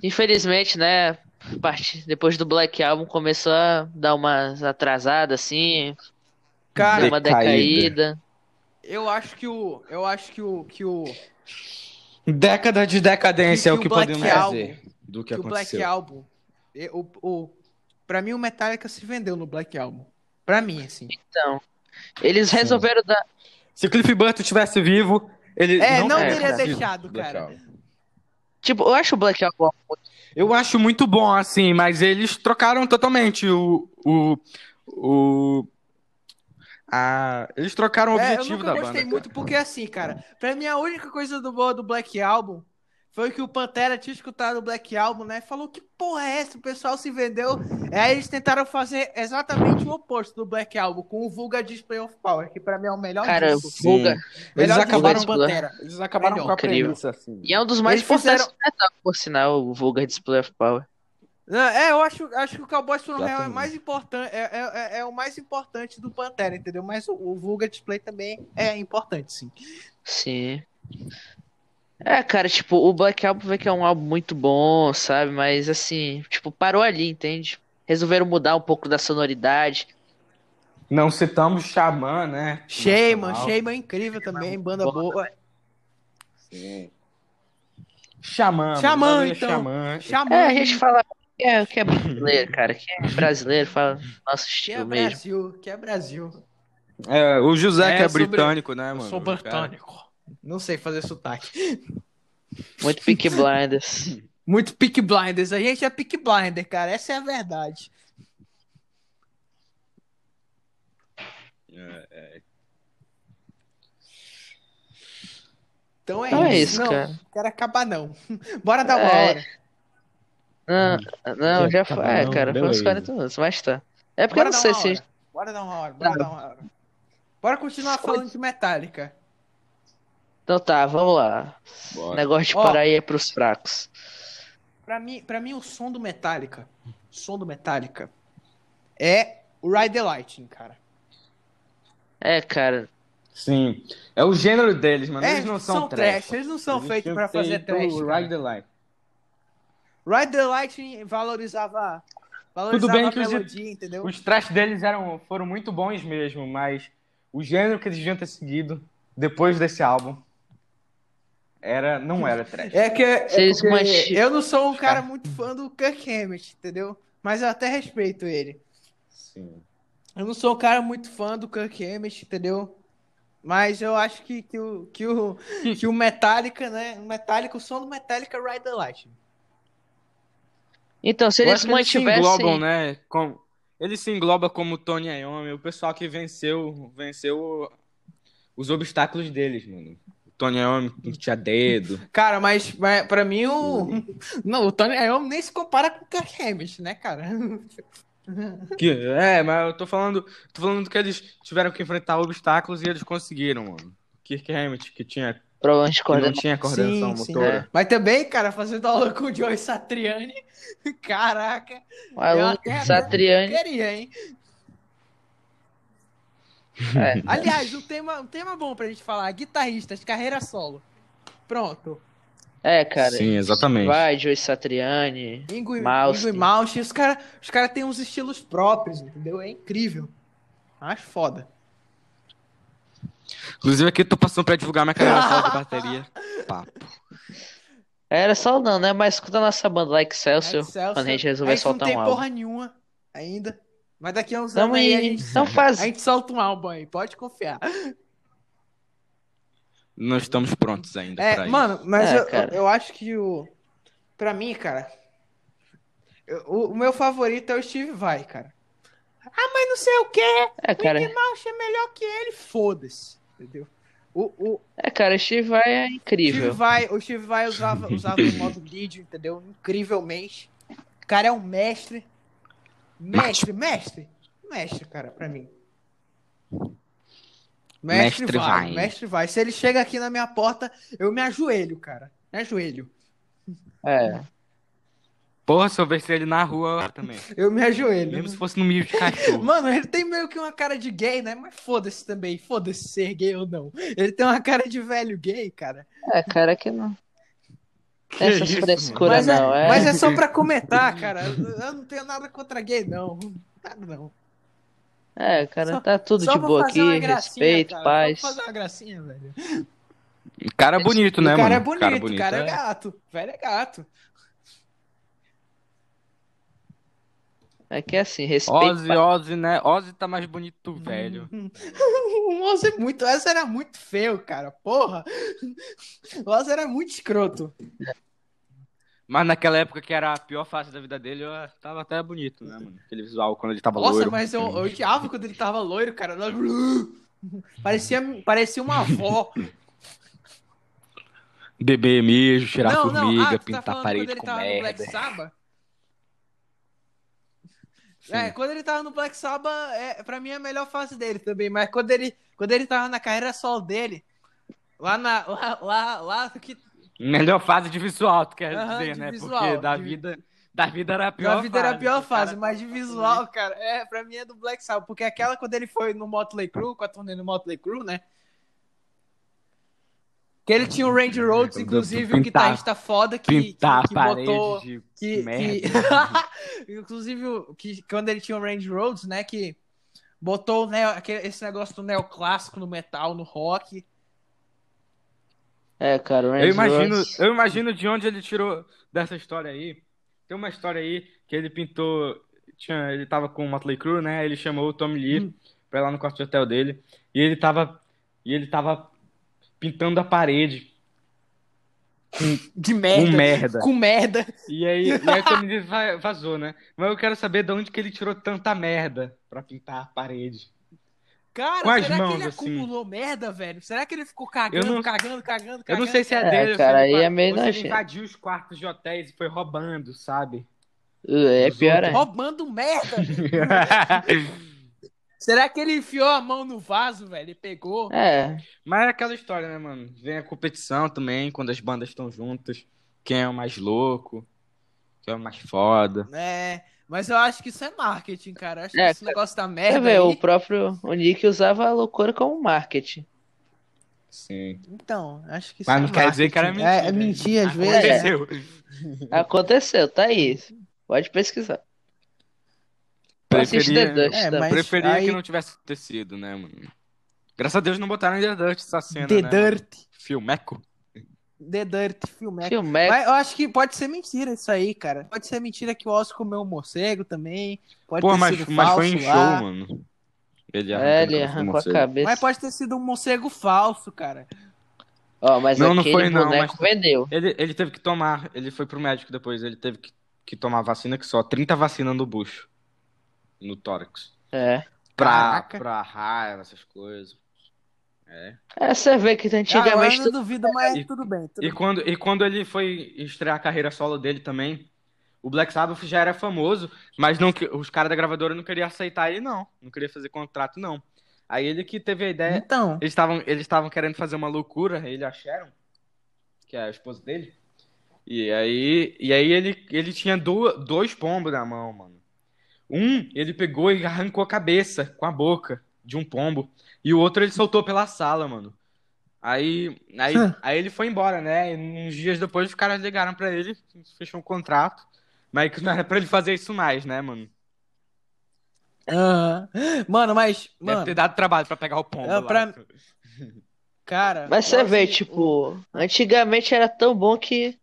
Speaker 3: Infelizmente, né? a partir- Depois do Black Album começou a dar umas atrasadas, assim, dar
Speaker 1: Cara,
Speaker 3: uma
Speaker 2: Decaída.
Speaker 3: decaída.
Speaker 1: eu acho que o. Eu acho que o. Que o
Speaker 2: Década de decadência é o
Speaker 1: Que
Speaker 2: que
Speaker 1: o Black
Speaker 2: podemos
Speaker 1: Album-
Speaker 2: dizer do que
Speaker 1: que o Black
Speaker 2: aconteceu.
Speaker 1: Album. e- O, o, pra mim, o Metallica se vendeu no Black Album. Pra mim, assim.
Speaker 3: Então, eles resolveram dar.
Speaker 2: Se o Cliff Burton estivesse vivo, ele
Speaker 1: É, não
Speaker 2: teria
Speaker 3: teria
Speaker 2: acontecido
Speaker 1: deixado,
Speaker 2: do Black
Speaker 1: cara.
Speaker 2: Album.
Speaker 3: Tipo, eu acho o Black Album.
Speaker 2: Eu acho muito bom, assim, mas eles trocaram totalmente o. o, o a... Eles trocaram o
Speaker 1: É, eu
Speaker 2: objetivo
Speaker 1: nunca
Speaker 2: da
Speaker 1: gostei
Speaker 2: banda.
Speaker 1: muito porque assim, cara, pra mim a única coisa do boa do Black Album foi que o Pantera tinha escutado o Black Album, né? e Falou que porra é essa? O pessoal se vendeu. Aí eles tentaram fazer exatamente o oposto do Black Album com o Vulgar Display of Power, que pra mim é o melhor
Speaker 3: Cara,
Speaker 1: disco.
Speaker 2: Sim.
Speaker 3: vulga.
Speaker 2: Eles
Speaker 1: Melhor
Speaker 2: acabaram,
Speaker 1: disco do Pantera.
Speaker 2: eles acabaram
Speaker 1: Melhor.
Speaker 2: com a
Speaker 3: Incrível.
Speaker 2: premissa, assim.
Speaker 3: E é um dos mais
Speaker 1: Eles
Speaker 3: importantes
Speaker 1: fizeram-
Speaker 3: do metal, por sinal, o Vulgar Display of Power.
Speaker 1: É, eu acho, acho que o Cowboys from Hell é
Speaker 2: Exatamente.
Speaker 1: mais importante, é, é- é- é o mais importante do Pantera, entendeu? Mas o, o Vulgar Display também é importante, sim.
Speaker 3: Sim. É, cara, tipo, o Black Album vê que é um álbum muito bom, sabe? Mas assim, tipo, parou ali, entende? Resolveram mudar um pouco da sonoridade.
Speaker 2: Não citamos Xamã, né?
Speaker 1: Sheyman,
Speaker 2: Nacional.
Speaker 1: Sheyman é incrível também, banda
Speaker 3: Boa.
Speaker 1: boa.
Speaker 2: Sim. Xamã.
Speaker 1: Xamã,
Speaker 2: mano, eu falei
Speaker 1: então.
Speaker 2: Xamã.
Speaker 1: Xamã.
Speaker 3: É, a gente fala que é, que é brasileiro, cara. Que é brasileiro, fala nosso
Speaker 1: Que
Speaker 3: estilo
Speaker 1: é
Speaker 3: mesmo.
Speaker 1: Brasil, que é Brasil.
Speaker 2: É, o José
Speaker 1: É,
Speaker 2: que é
Speaker 1: sobre-
Speaker 2: britânico, né, mano? O cara-
Speaker 1: Não sei fazer sotaque.
Speaker 3: Muito Peaky Blinders.
Speaker 1: Muito Peak Blinders. A gente é Peak Blinder, cara. Essa é a verdade.
Speaker 2: É,
Speaker 1: Então é
Speaker 3: Então é
Speaker 1: isso,
Speaker 3: isso,
Speaker 1: não,
Speaker 3: cara.
Speaker 1: Não quero acabar, não. Bora dar uma
Speaker 3: É,
Speaker 1: hora.
Speaker 3: Não, não, já foi. É,
Speaker 2: Tá Não,
Speaker 3: cara, foi uns
Speaker 2: beleza.
Speaker 3: 40 minutos, mas tá. É porque eu
Speaker 1: Bora dar
Speaker 3: não sei
Speaker 1: uma
Speaker 3: se.
Speaker 1: hora. Bora dar uma hora, bora dar uma hora. Bora continuar falando de Metallica.
Speaker 3: Então tá, vamos lá.
Speaker 2: Bora.
Speaker 3: Negócio de
Speaker 1: Ó.
Speaker 3: parar aí é pros fracos.
Speaker 1: Pra mim, pra mim, o som do Metallica, o som do Metallica é o Ride the Lightning, cara.
Speaker 3: É, cara.
Speaker 2: Sim. É o gênero deles, mano.
Speaker 1: É,
Speaker 2: eles não são,
Speaker 1: trash. Eles não são feitos pra fazer trash.
Speaker 2: O
Speaker 1: cara.
Speaker 2: Ride the Line.
Speaker 1: Ride the Lightning valorizava, valorizava
Speaker 2: Tudo bem
Speaker 1: a
Speaker 2: que os-
Speaker 1: melodia, entendeu?
Speaker 2: Os trash deles eram, foram muito bons mesmo, mas o gênero que eles deviam ter seguido depois desse álbum era, não era trash.
Speaker 1: É que é
Speaker 3: Vocês
Speaker 1: porque
Speaker 3: manti-
Speaker 1: eu não sou um
Speaker 2: cara.
Speaker 1: cara muito fã do Kirk Hammett, entendeu? Mas eu até respeito ele.
Speaker 2: Sim.
Speaker 1: Eu não sou um cara muito fã do Kirk Hammett, entendeu? Mas eu acho que, que, o, que, o, que o Metallica, né? O Metallica, o som do Metallica é Ride the Lightning.
Speaker 3: Então, se
Speaker 2: Eu
Speaker 3: eles
Speaker 2: acho que eles se
Speaker 3: mantivessem.
Speaker 2: englobam, né? Com... Ele se engloba como Tony Iommi, o pessoal que venceu, venceu os obstáculos deles, mano. O Tony Iommi que tinha dedo.
Speaker 1: Cara, mas, mas pra mim
Speaker 3: Uhum.
Speaker 1: o. Não, o Tony Iommi nem se compara com o Kirk Hammett, né, cara?
Speaker 2: Que... É, mas eu tô falando, tô falando que eles tiveram que enfrentar obstáculos e eles conseguiram, mano. Kirk Hammett, que, tinha, que
Speaker 3: Problema de
Speaker 2: não
Speaker 3: coordenação.
Speaker 2: tinha coordenação
Speaker 1: Sim, é. sim.
Speaker 2: motora.
Speaker 1: Mas também, cara, fazendo aula com o Joey Satriani. Caraca,
Speaker 3: O aluno
Speaker 1: até-
Speaker 3: Satriani.
Speaker 1: queria, hein?
Speaker 3: É.
Speaker 1: Aliás, um tema, um tema bom pra gente falar: guitarristas, carreira solo. Pronto.
Speaker 3: É, cara.
Speaker 2: Sim, exatamente.
Speaker 3: Vai, Joey Satriani.
Speaker 1: Ingo e
Speaker 3: Malmsteen.
Speaker 1: Ingo e Malmsteen, os caras os cara têm uns estilos próprios, entendeu? É incrível. Acho foda.
Speaker 2: Inclusive aqui eu tô passando pra divulgar minha carreira solo de bateria. Papo.
Speaker 3: Era só não, né? Mas escuta a nossa banda lá, Excelsior.
Speaker 1: Excelsior.
Speaker 3: Quando a gente resolver
Speaker 1: A gente não
Speaker 3: soltar
Speaker 1: tem
Speaker 3: um álbum.
Speaker 1: porra nenhuma ainda. Mas daqui a uns
Speaker 3: Tamo
Speaker 1: anos aí a
Speaker 3: aí.
Speaker 1: gente,
Speaker 3: Então
Speaker 1: a
Speaker 3: faz.
Speaker 1: gente solta um álbum aí, pode confiar.
Speaker 2: Não estamos prontos ainda
Speaker 1: É,
Speaker 2: pra isso.
Speaker 1: mano, mas
Speaker 3: É,
Speaker 1: eu,
Speaker 3: cara.
Speaker 1: eu acho que o. Pra mim, cara. eu- o, o meu favorito é o Steve Vai, cara. Ah, mas não sei o que,
Speaker 3: É, cara.
Speaker 1: Malch é melhor que ele, foda-se. Entendeu? O, o
Speaker 3: É, cara, o Steve Vai é
Speaker 1: Steve
Speaker 3: incrível.
Speaker 1: Vai, o Steve Vai usava, usava o modo vídeo, entendeu? Incrivelmente. O cara é um mestre. Mestre, mestre. Mestre, cara, pra mim. Mestre,
Speaker 2: Mestre
Speaker 1: vai,
Speaker 2: vai.
Speaker 1: mestre vai. Se ele chega aqui na minha porta, eu me ajoelho, cara. Me ajoelho.
Speaker 3: É.
Speaker 2: Porra, se eu ver ele na rua também.
Speaker 1: Eu me ajoelho.
Speaker 2: Mesmo se fosse no milho de cachorro.
Speaker 1: É Mano, ele tem meio que uma cara de gay, né? Mas foda-se também. Foda-se ser gay ou não. Ele tem uma cara de velho gay, cara.
Speaker 3: É, cara, que não.
Speaker 2: Que
Speaker 3: Essas
Speaker 2: isso,
Speaker 3: frescuras
Speaker 1: Mas é-
Speaker 3: não, é.
Speaker 1: Mas é só pra comentar, cara. Eu não tenho nada contra gay, não. Nada, não.
Speaker 3: É, cara,
Speaker 1: Só-
Speaker 3: tá tudo
Speaker 1: Só
Speaker 3: de
Speaker 1: pra
Speaker 3: boa
Speaker 1: fazer
Speaker 3: aqui,
Speaker 1: uma gracinha,
Speaker 3: respeito,
Speaker 1: cara.
Speaker 3: paz.
Speaker 1: Só pra fazer uma gracinha, velho.
Speaker 2: mano. Cara bonito, né,
Speaker 1: o cara
Speaker 2: mano?
Speaker 1: é bonito, o cara é
Speaker 2: é.
Speaker 1: gato. O velho é gato.
Speaker 3: É que é assim, respeito.
Speaker 2: Ozzy,
Speaker 3: paz.
Speaker 2: Ozzy, né? Ozzy tá mais bonito, velho.
Speaker 1: Uhum. O Oz é muito. Essa era muito feio, cara. Porra. O Oz era muito escroto.
Speaker 2: Mas naquela época que era a pior fase da vida dele, eu tava até bonito, né, mano? Aquele visual quando ele tava
Speaker 1: Nossa,
Speaker 2: loiro.
Speaker 1: mas eu, eu odiava quando ele tava loiro, cara. Nós- Parecia, parecia uma avó.
Speaker 2: Beber mijo, tirar
Speaker 1: não, não,
Speaker 2: formiga,
Speaker 1: ah, tu tá
Speaker 2: pintar
Speaker 1: falando quando
Speaker 2: parede
Speaker 1: ele
Speaker 2: com
Speaker 1: tava no
Speaker 2: merda.
Speaker 1: Black Sabbath?
Speaker 2: Sim.
Speaker 1: É, quando ele tava no Black Sabbath, é, pra mim é a melhor fase dele também, mas quando ele, quando ele tava na carreira solo dele, lá na. Lá, lá, lá que
Speaker 2: Melhor fase de visual, tu quer
Speaker 1: Aham,
Speaker 2: dizer,
Speaker 1: de
Speaker 2: né?
Speaker 1: visual,
Speaker 2: Porque da
Speaker 1: de-
Speaker 2: vida, da vida era a pior
Speaker 1: na vida era a pior
Speaker 2: O cara
Speaker 1: fase, mas de visual, cara, é, pra mim é do Black Sabbath, porque aquela quando ele foi no Motley Crue, com a turnê no Motley Crue, né? Que ele tinha o Randy Rhodes,
Speaker 2: Eu
Speaker 1: inclusive,
Speaker 2: pintar-
Speaker 1: um guitarrista foda que, que,
Speaker 2: Pintar
Speaker 1: que
Speaker 2: a parede
Speaker 1: botou.
Speaker 2: de
Speaker 1: que,
Speaker 2: merda.
Speaker 1: que- inclusive o- que quando ele tinha o Range Roads, né, que botou né, aquele, esse negócio do neoclássico no metal, no rock.
Speaker 3: É, cara, o
Speaker 2: Eu
Speaker 3: Randy
Speaker 2: imagino,
Speaker 3: Rhodes-
Speaker 2: eu imagino de onde ele tirou dessa história aí. Tem uma história aí que ele pintou. Tinha, ele tava com o Motley Crue, né? Ele chamou o Tommy Lee
Speaker 1: Hum.
Speaker 2: pra ir lá no quarto de hotel dele. E ele tava. E ele tava pintando a parede
Speaker 1: De
Speaker 2: com
Speaker 1: merda.
Speaker 2: merda.
Speaker 1: Com merda.
Speaker 2: E aí, e aí o Tommy Lee va- vazou, né? Mas eu quero saber de onde que ele tirou tanta merda pra pintar a parede.
Speaker 1: Cara,
Speaker 2: Com as
Speaker 1: será que
Speaker 2: mãos,
Speaker 1: ele
Speaker 2: assim.
Speaker 1: acumulou merda, velho? Será que ele ficou cagando,
Speaker 2: Eu não-
Speaker 1: cagando, cagando, cagando?
Speaker 2: Eu não sei se é
Speaker 3: É,
Speaker 2: dele, ou se
Speaker 3: cara,
Speaker 2: ele
Speaker 3: aí
Speaker 2: va-
Speaker 3: é meio
Speaker 2: ou se ele
Speaker 3: nojento.
Speaker 2: invadiu os quartos de hotéis e foi roubando, sabe?
Speaker 3: Uh, É pior ainda.
Speaker 1: Roubando um merda. será que ele enfiou a mão no vaso, velho? E pegou.
Speaker 3: É.
Speaker 2: Mas é aquela história, né, mano? Vem a competição também, quando as bandas estão juntas. Quem é o mais louco? Quem é o mais foda?
Speaker 1: É. Mas eu acho que isso é marketing, cara. Eu acho que
Speaker 3: É,
Speaker 1: esse negócio da
Speaker 3: Você
Speaker 1: merda.
Speaker 3: vê,
Speaker 1: aí...
Speaker 3: o próprio o Nick usava a loucura como marketing.
Speaker 2: Sim.
Speaker 1: Então, acho que isso
Speaker 2: Mas
Speaker 1: é
Speaker 2: não quer dizer que era
Speaker 1: marketing. É, é
Speaker 2: mentira, né?
Speaker 1: mentira, às vezes.
Speaker 3: é.
Speaker 2: Aconteceu.
Speaker 3: Aconteceu, tá aí. Pode pesquisar. Assiste The
Speaker 2: Preferia,
Speaker 3: Dust.
Speaker 1: É,
Speaker 3: tá?
Speaker 1: mas-
Speaker 2: preferia
Speaker 1: aí-
Speaker 2: que não tivesse acontecido, né, mano? Graças a Deus não botaram em The Dust essa cena,
Speaker 1: The
Speaker 2: né? mano?
Speaker 1: Dirt.
Speaker 2: Filmeco.
Speaker 1: The Dirt, filme.
Speaker 3: Filmeco.
Speaker 1: Mas eu acho que pode ser mentira isso aí, cara. Pode ser mentira que o Oz comeu um morcego também. Pode
Speaker 2: Pô,
Speaker 1: ter
Speaker 2: mas,
Speaker 1: sido
Speaker 2: mas
Speaker 1: falso
Speaker 2: foi em show,
Speaker 1: lá.
Speaker 2: mano. Ele
Speaker 3: É, ele arrancou a
Speaker 2: arrancou a cabeça do morcego.
Speaker 3: cabeça.
Speaker 1: Mas pode ter sido um morcego falso, cara.
Speaker 3: Ó, mas
Speaker 2: Não, não
Speaker 3: aquele
Speaker 2: foi não,
Speaker 3: boneco
Speaker 2: mas-
Speaker 3: vendeu.
Speaker 2: Ele, ele teve que tomar, ele foi pro médico depois, ele teve que, que tomar vacina, que só 30 vacinas no bucho. No tórax.
Speaker 3: É.
Speaker 2: Pra,
Speaker 4: Caraca.
Speaker 2: pra raiva, essas coisas. É.
Speaker 3: É, você vê que
Speaker 1: Agora
Speaker 3: antigamente
Speaker 1: eu não duvido, mas
Speaker 2: E-
Speaker 1: tudo bem. tudo
Speaker 2: E quando, e quando ele foi estrear a carreira solo dele também, o Black Sabbath já era famoso, mas não que- os caras da gravadora não queriam aceitar ele, não. Não queria fazer contrato, não. Aí ele que teve a
Speaker 1: bem.
Speaker 2: ideia.
Speaker 1: Então,
Speaker 2: Eles estavam eles estavam querendo fazer uma loucura, ele a Sharon, que é a esposa dele. E aí, e aí ele, ele tinha do, dois pombos na mão, mano. Um, ele pegou e arrancou a cabeça com a boca de um pombo. E o outro ele soltou pela sala, mano. Aí, aí,
Speaker 1: Hã.
Speaker 2: aí ele foi embora, né? E uns dias depois os caras ligaram pra ele, fechou um contrato. Mas que não era pra ele fazer isso mais, né, mano?
Speaker 1: aham. mano, mas,
Speaker 2: Deve
Speaker 1: mano,
Speaker 2: ter dado trabalho pra pegar o pombo.
Speaker 1: É,
Speaker 2: lá.
Speaker 1: pra- cara.
Speaker 3: Mas você
Speaker 1: eu
Speaker 3: vê,
Speaker 1: acho que-
Speaker 3: tipo, antigamente era tão bom que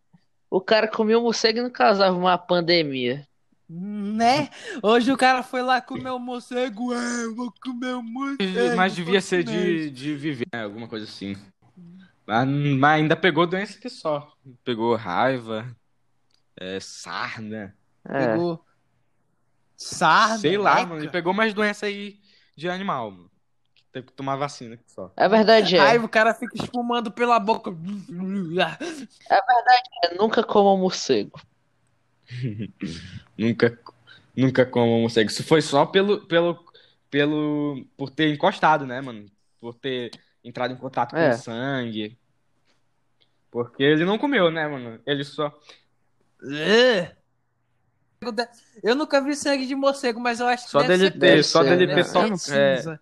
Speaker 3: o cara comia um morcego e não causava uma pandemia.
Speaker 1: Né? Hoje o cara foi lá comer o morcego. É, eu vou comer o morcego.
Speaker 2: Mas devia ser de, de viver, né? alguma coisa assim. Mas, mas ainda pegou doença que só. Pegou raiva, é, sarna.
Speaker 3: É.
Speaker 1: Pegou. um Sarna. né?
Speaker 2: sei lá,
Speaker 1: eca.
Speaker 2: mano. Ele pegou mais doença aí de animal, mano. Que Teve que tomar vacina que só.
Speaker 3: A verdade é,
Speaker 1: Aí o cara fica espumando pela boca.
Speaker 3: é, nunca coma um morcego.
Speaker 2: Nunca, nunca como morcego. Isso foi só pelo, pelo, pelo. Por ter encostado, né, mano? Por ter entrado em contato com
Speaker 3: É.
Speaker 2: sangue. Porque ele não comeu, né, mano? Ele só.
Speaker 1: É. Eu nunca vi sangue de morcego, mas eu acho que
Speaker 2: Só
Speaker 1: deve
Speaker 2: dele
Speaker 1: ser
Speaker 2: ter, só
Speaker 1: cinza,
Speaker 2: dele
Speaker 1: né?
Speaker 2: ter só.
Speaker 1: Deve ser
Speaker 2: é,
Speaker 1: cinza.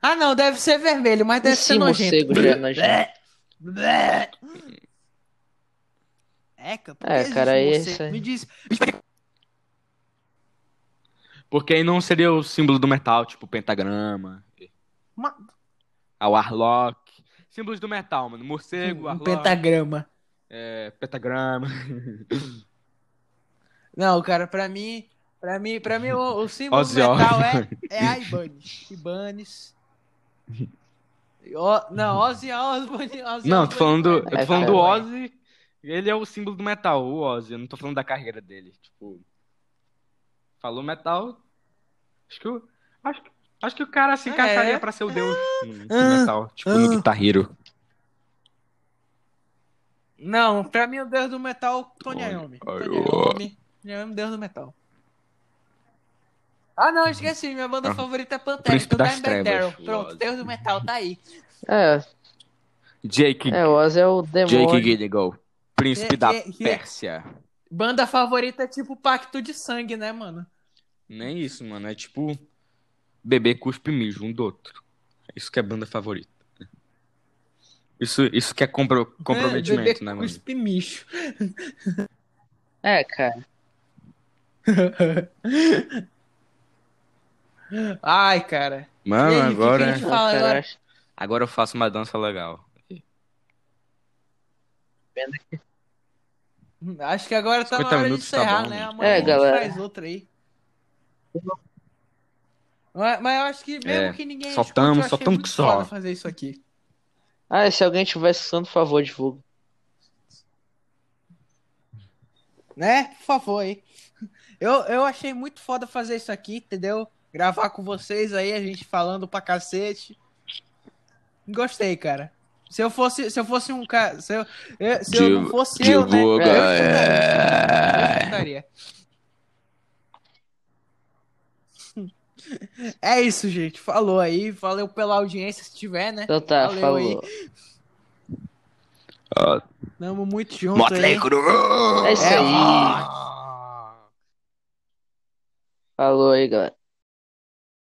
Speaker 1: Ah, não, deve ser vermelho, mas deve
Speaker 3: E
Speaker 1: ser
Speaker 3: sim,
Speaker 1: nojento.
Speaker 3: morcego já é nojento.
Speaker 1: É, cara,
Speaker 3: É, cara, aí é isso aí.
Speaker 1: Me diz.
Speaker 2: Porque aí não seria o símbolo do metal, tipo pentagrama,
Speaker 1: Uma-
Speaker 2: a warlock. Símbolos do metal, mano. Morcego,
Speaker 1: Um
Speaker 2: warlock,
Speaker 1: pentagrama.
Speaker 2: é, pentagrama.
Speaker 1: Não, cara, pra mim. Pra mim, pra mim o, o símbolo do
Speaker 2: Ozzy Osbourne.
Speaker 1: metal é, é a Ibanez. Ibanez. O- não, Ozzy Osbourne. Ozzy
Speaker 2: Não,
Speaker 1: Osbourne.
Speaker 2: tô falando, eu tô
Speaker 3: É,
Speaker 2: falando do
Speaker 3: cara.
Speaker 2: Ozzy. Ele é o símbolo do metal, o Ozzy. Eu não tô falando da carreira dele. Tipo, falou metal. Acho que o, acho, acho que o cara se
Speaker 1: É.
Speaker 2: encaixaria pra ser o deus no, no
Speaker 1: Ah.
Speaker 2: metal, tipo no
Speaker 1: Ah.
Speaker 2: Guitar Hero.
Speaker 1: Não, pra mim o deus do metal, Tony
Speaker 2: Olha,
Speaker 1: Iommi.
Speaker 2: olha.
Speaker 1: Tony Iommi. Tony Iommi, deus do metal. Ah, não, esqueci. Minha banda
Speaker 2: Ah.
Speaker 1: favorita é Pantera.
Speaker 2: Príncipe
Speaker 1: Então
Speaker 2: das
Speaker 1: Dimebag
Speaker 2: Trevas,
Speaker 1: Daryl. Pronto,
Speaker 2: Ozzy.
Speaker 1: deus do metal, tá aí.
Speaker 3: É,
Speaker 2: Jake,
Speaker 3: é, o Oz é o
Speaker 2: Jake
Speaker 3: demônio.
Speaker 2: Gilligan, príncipe da
Speaker 1: Que- que-
Speaker 2: Pérsia.
Speaker 1: Banda favorita é tipo Pacto de Sangue, né,
Speaker 2: É,
Speaker 1: mano?
Speaker 2: Nem isso, mano. É tipo bebê cuspe mijo um do outro. Isso que é banda favorita. Isso, isso que é compro- comprometimento,
Speaker 1: Bebê
Speaker 2: né, mano?
Speaker 1: Cuspe micho.
Speaker 3: É, cara.
Speaker 1: Ai, cara.
Speaker 2: Mano,
Speaker 1: E aí,
Speaker 2: agora,
Speaker 1: que que a gente-
Speaker 3: Não,
Speaker 1: Fala
Speaker 3: cara,
Speaker 1: agora.
Speaker 3: acho-
Speaker 2: agora eu faço uma dança legal.
Speaker 1: Acho que agora tá na
Speaker 2: 50
Speaker 1: hora de
Speaker 2: minutos tá
Speaker 1: encerrar,
Speaker 2: bom,
Speaker 1: né?
Speaker 2: né?
Speaker 1: Amanhã
Speaker 3: É,
Speaker 1: a gente
Speaker 3: galera.
Speaker 1: faz outra aí. Mas, mas eu acho que mesmo
Speaker 2: É,
Speaker 1: que ninguém
Speaker 2: só
Speaker 1: escute,
Speaker 2: tamo,
Speaker 1: eu
Speaker 2: só
Speaker 1: achei
Speaker 2: tamo
Speaker 1: muito
Speaker 2: que só.
Speaker 1: foda fazer isso aqui.
Speaker 3: Ah, se alguém tiver escutando, por favor, divulga.
Speaker 1: Né? Por favor, aí. Eu, eu achei muito foda fazer isso aqui, entendeu? Gravar com vocês aí, a gente falando pra cacete. Gostei, cara. Se eu fosse, se eu fosse um cara. Se eu, eu- se eu não
Speaker 2: Div-
Speaker 1: fosse eu, né? Eu
Speaker 2: divulga,
Speaker 1: escutaria. Eu escutaria. É isso, gente. Falou aí. Valeu pela audiência, se tiver, né?
Speaker 3: Então tá,
Speaker 1: Valeu
Speaker 3: falou.
Speaker 1: Tamo muito junto aí.
Speaker 2: É
Speaker 3: É isso aí. Falou aí, galera.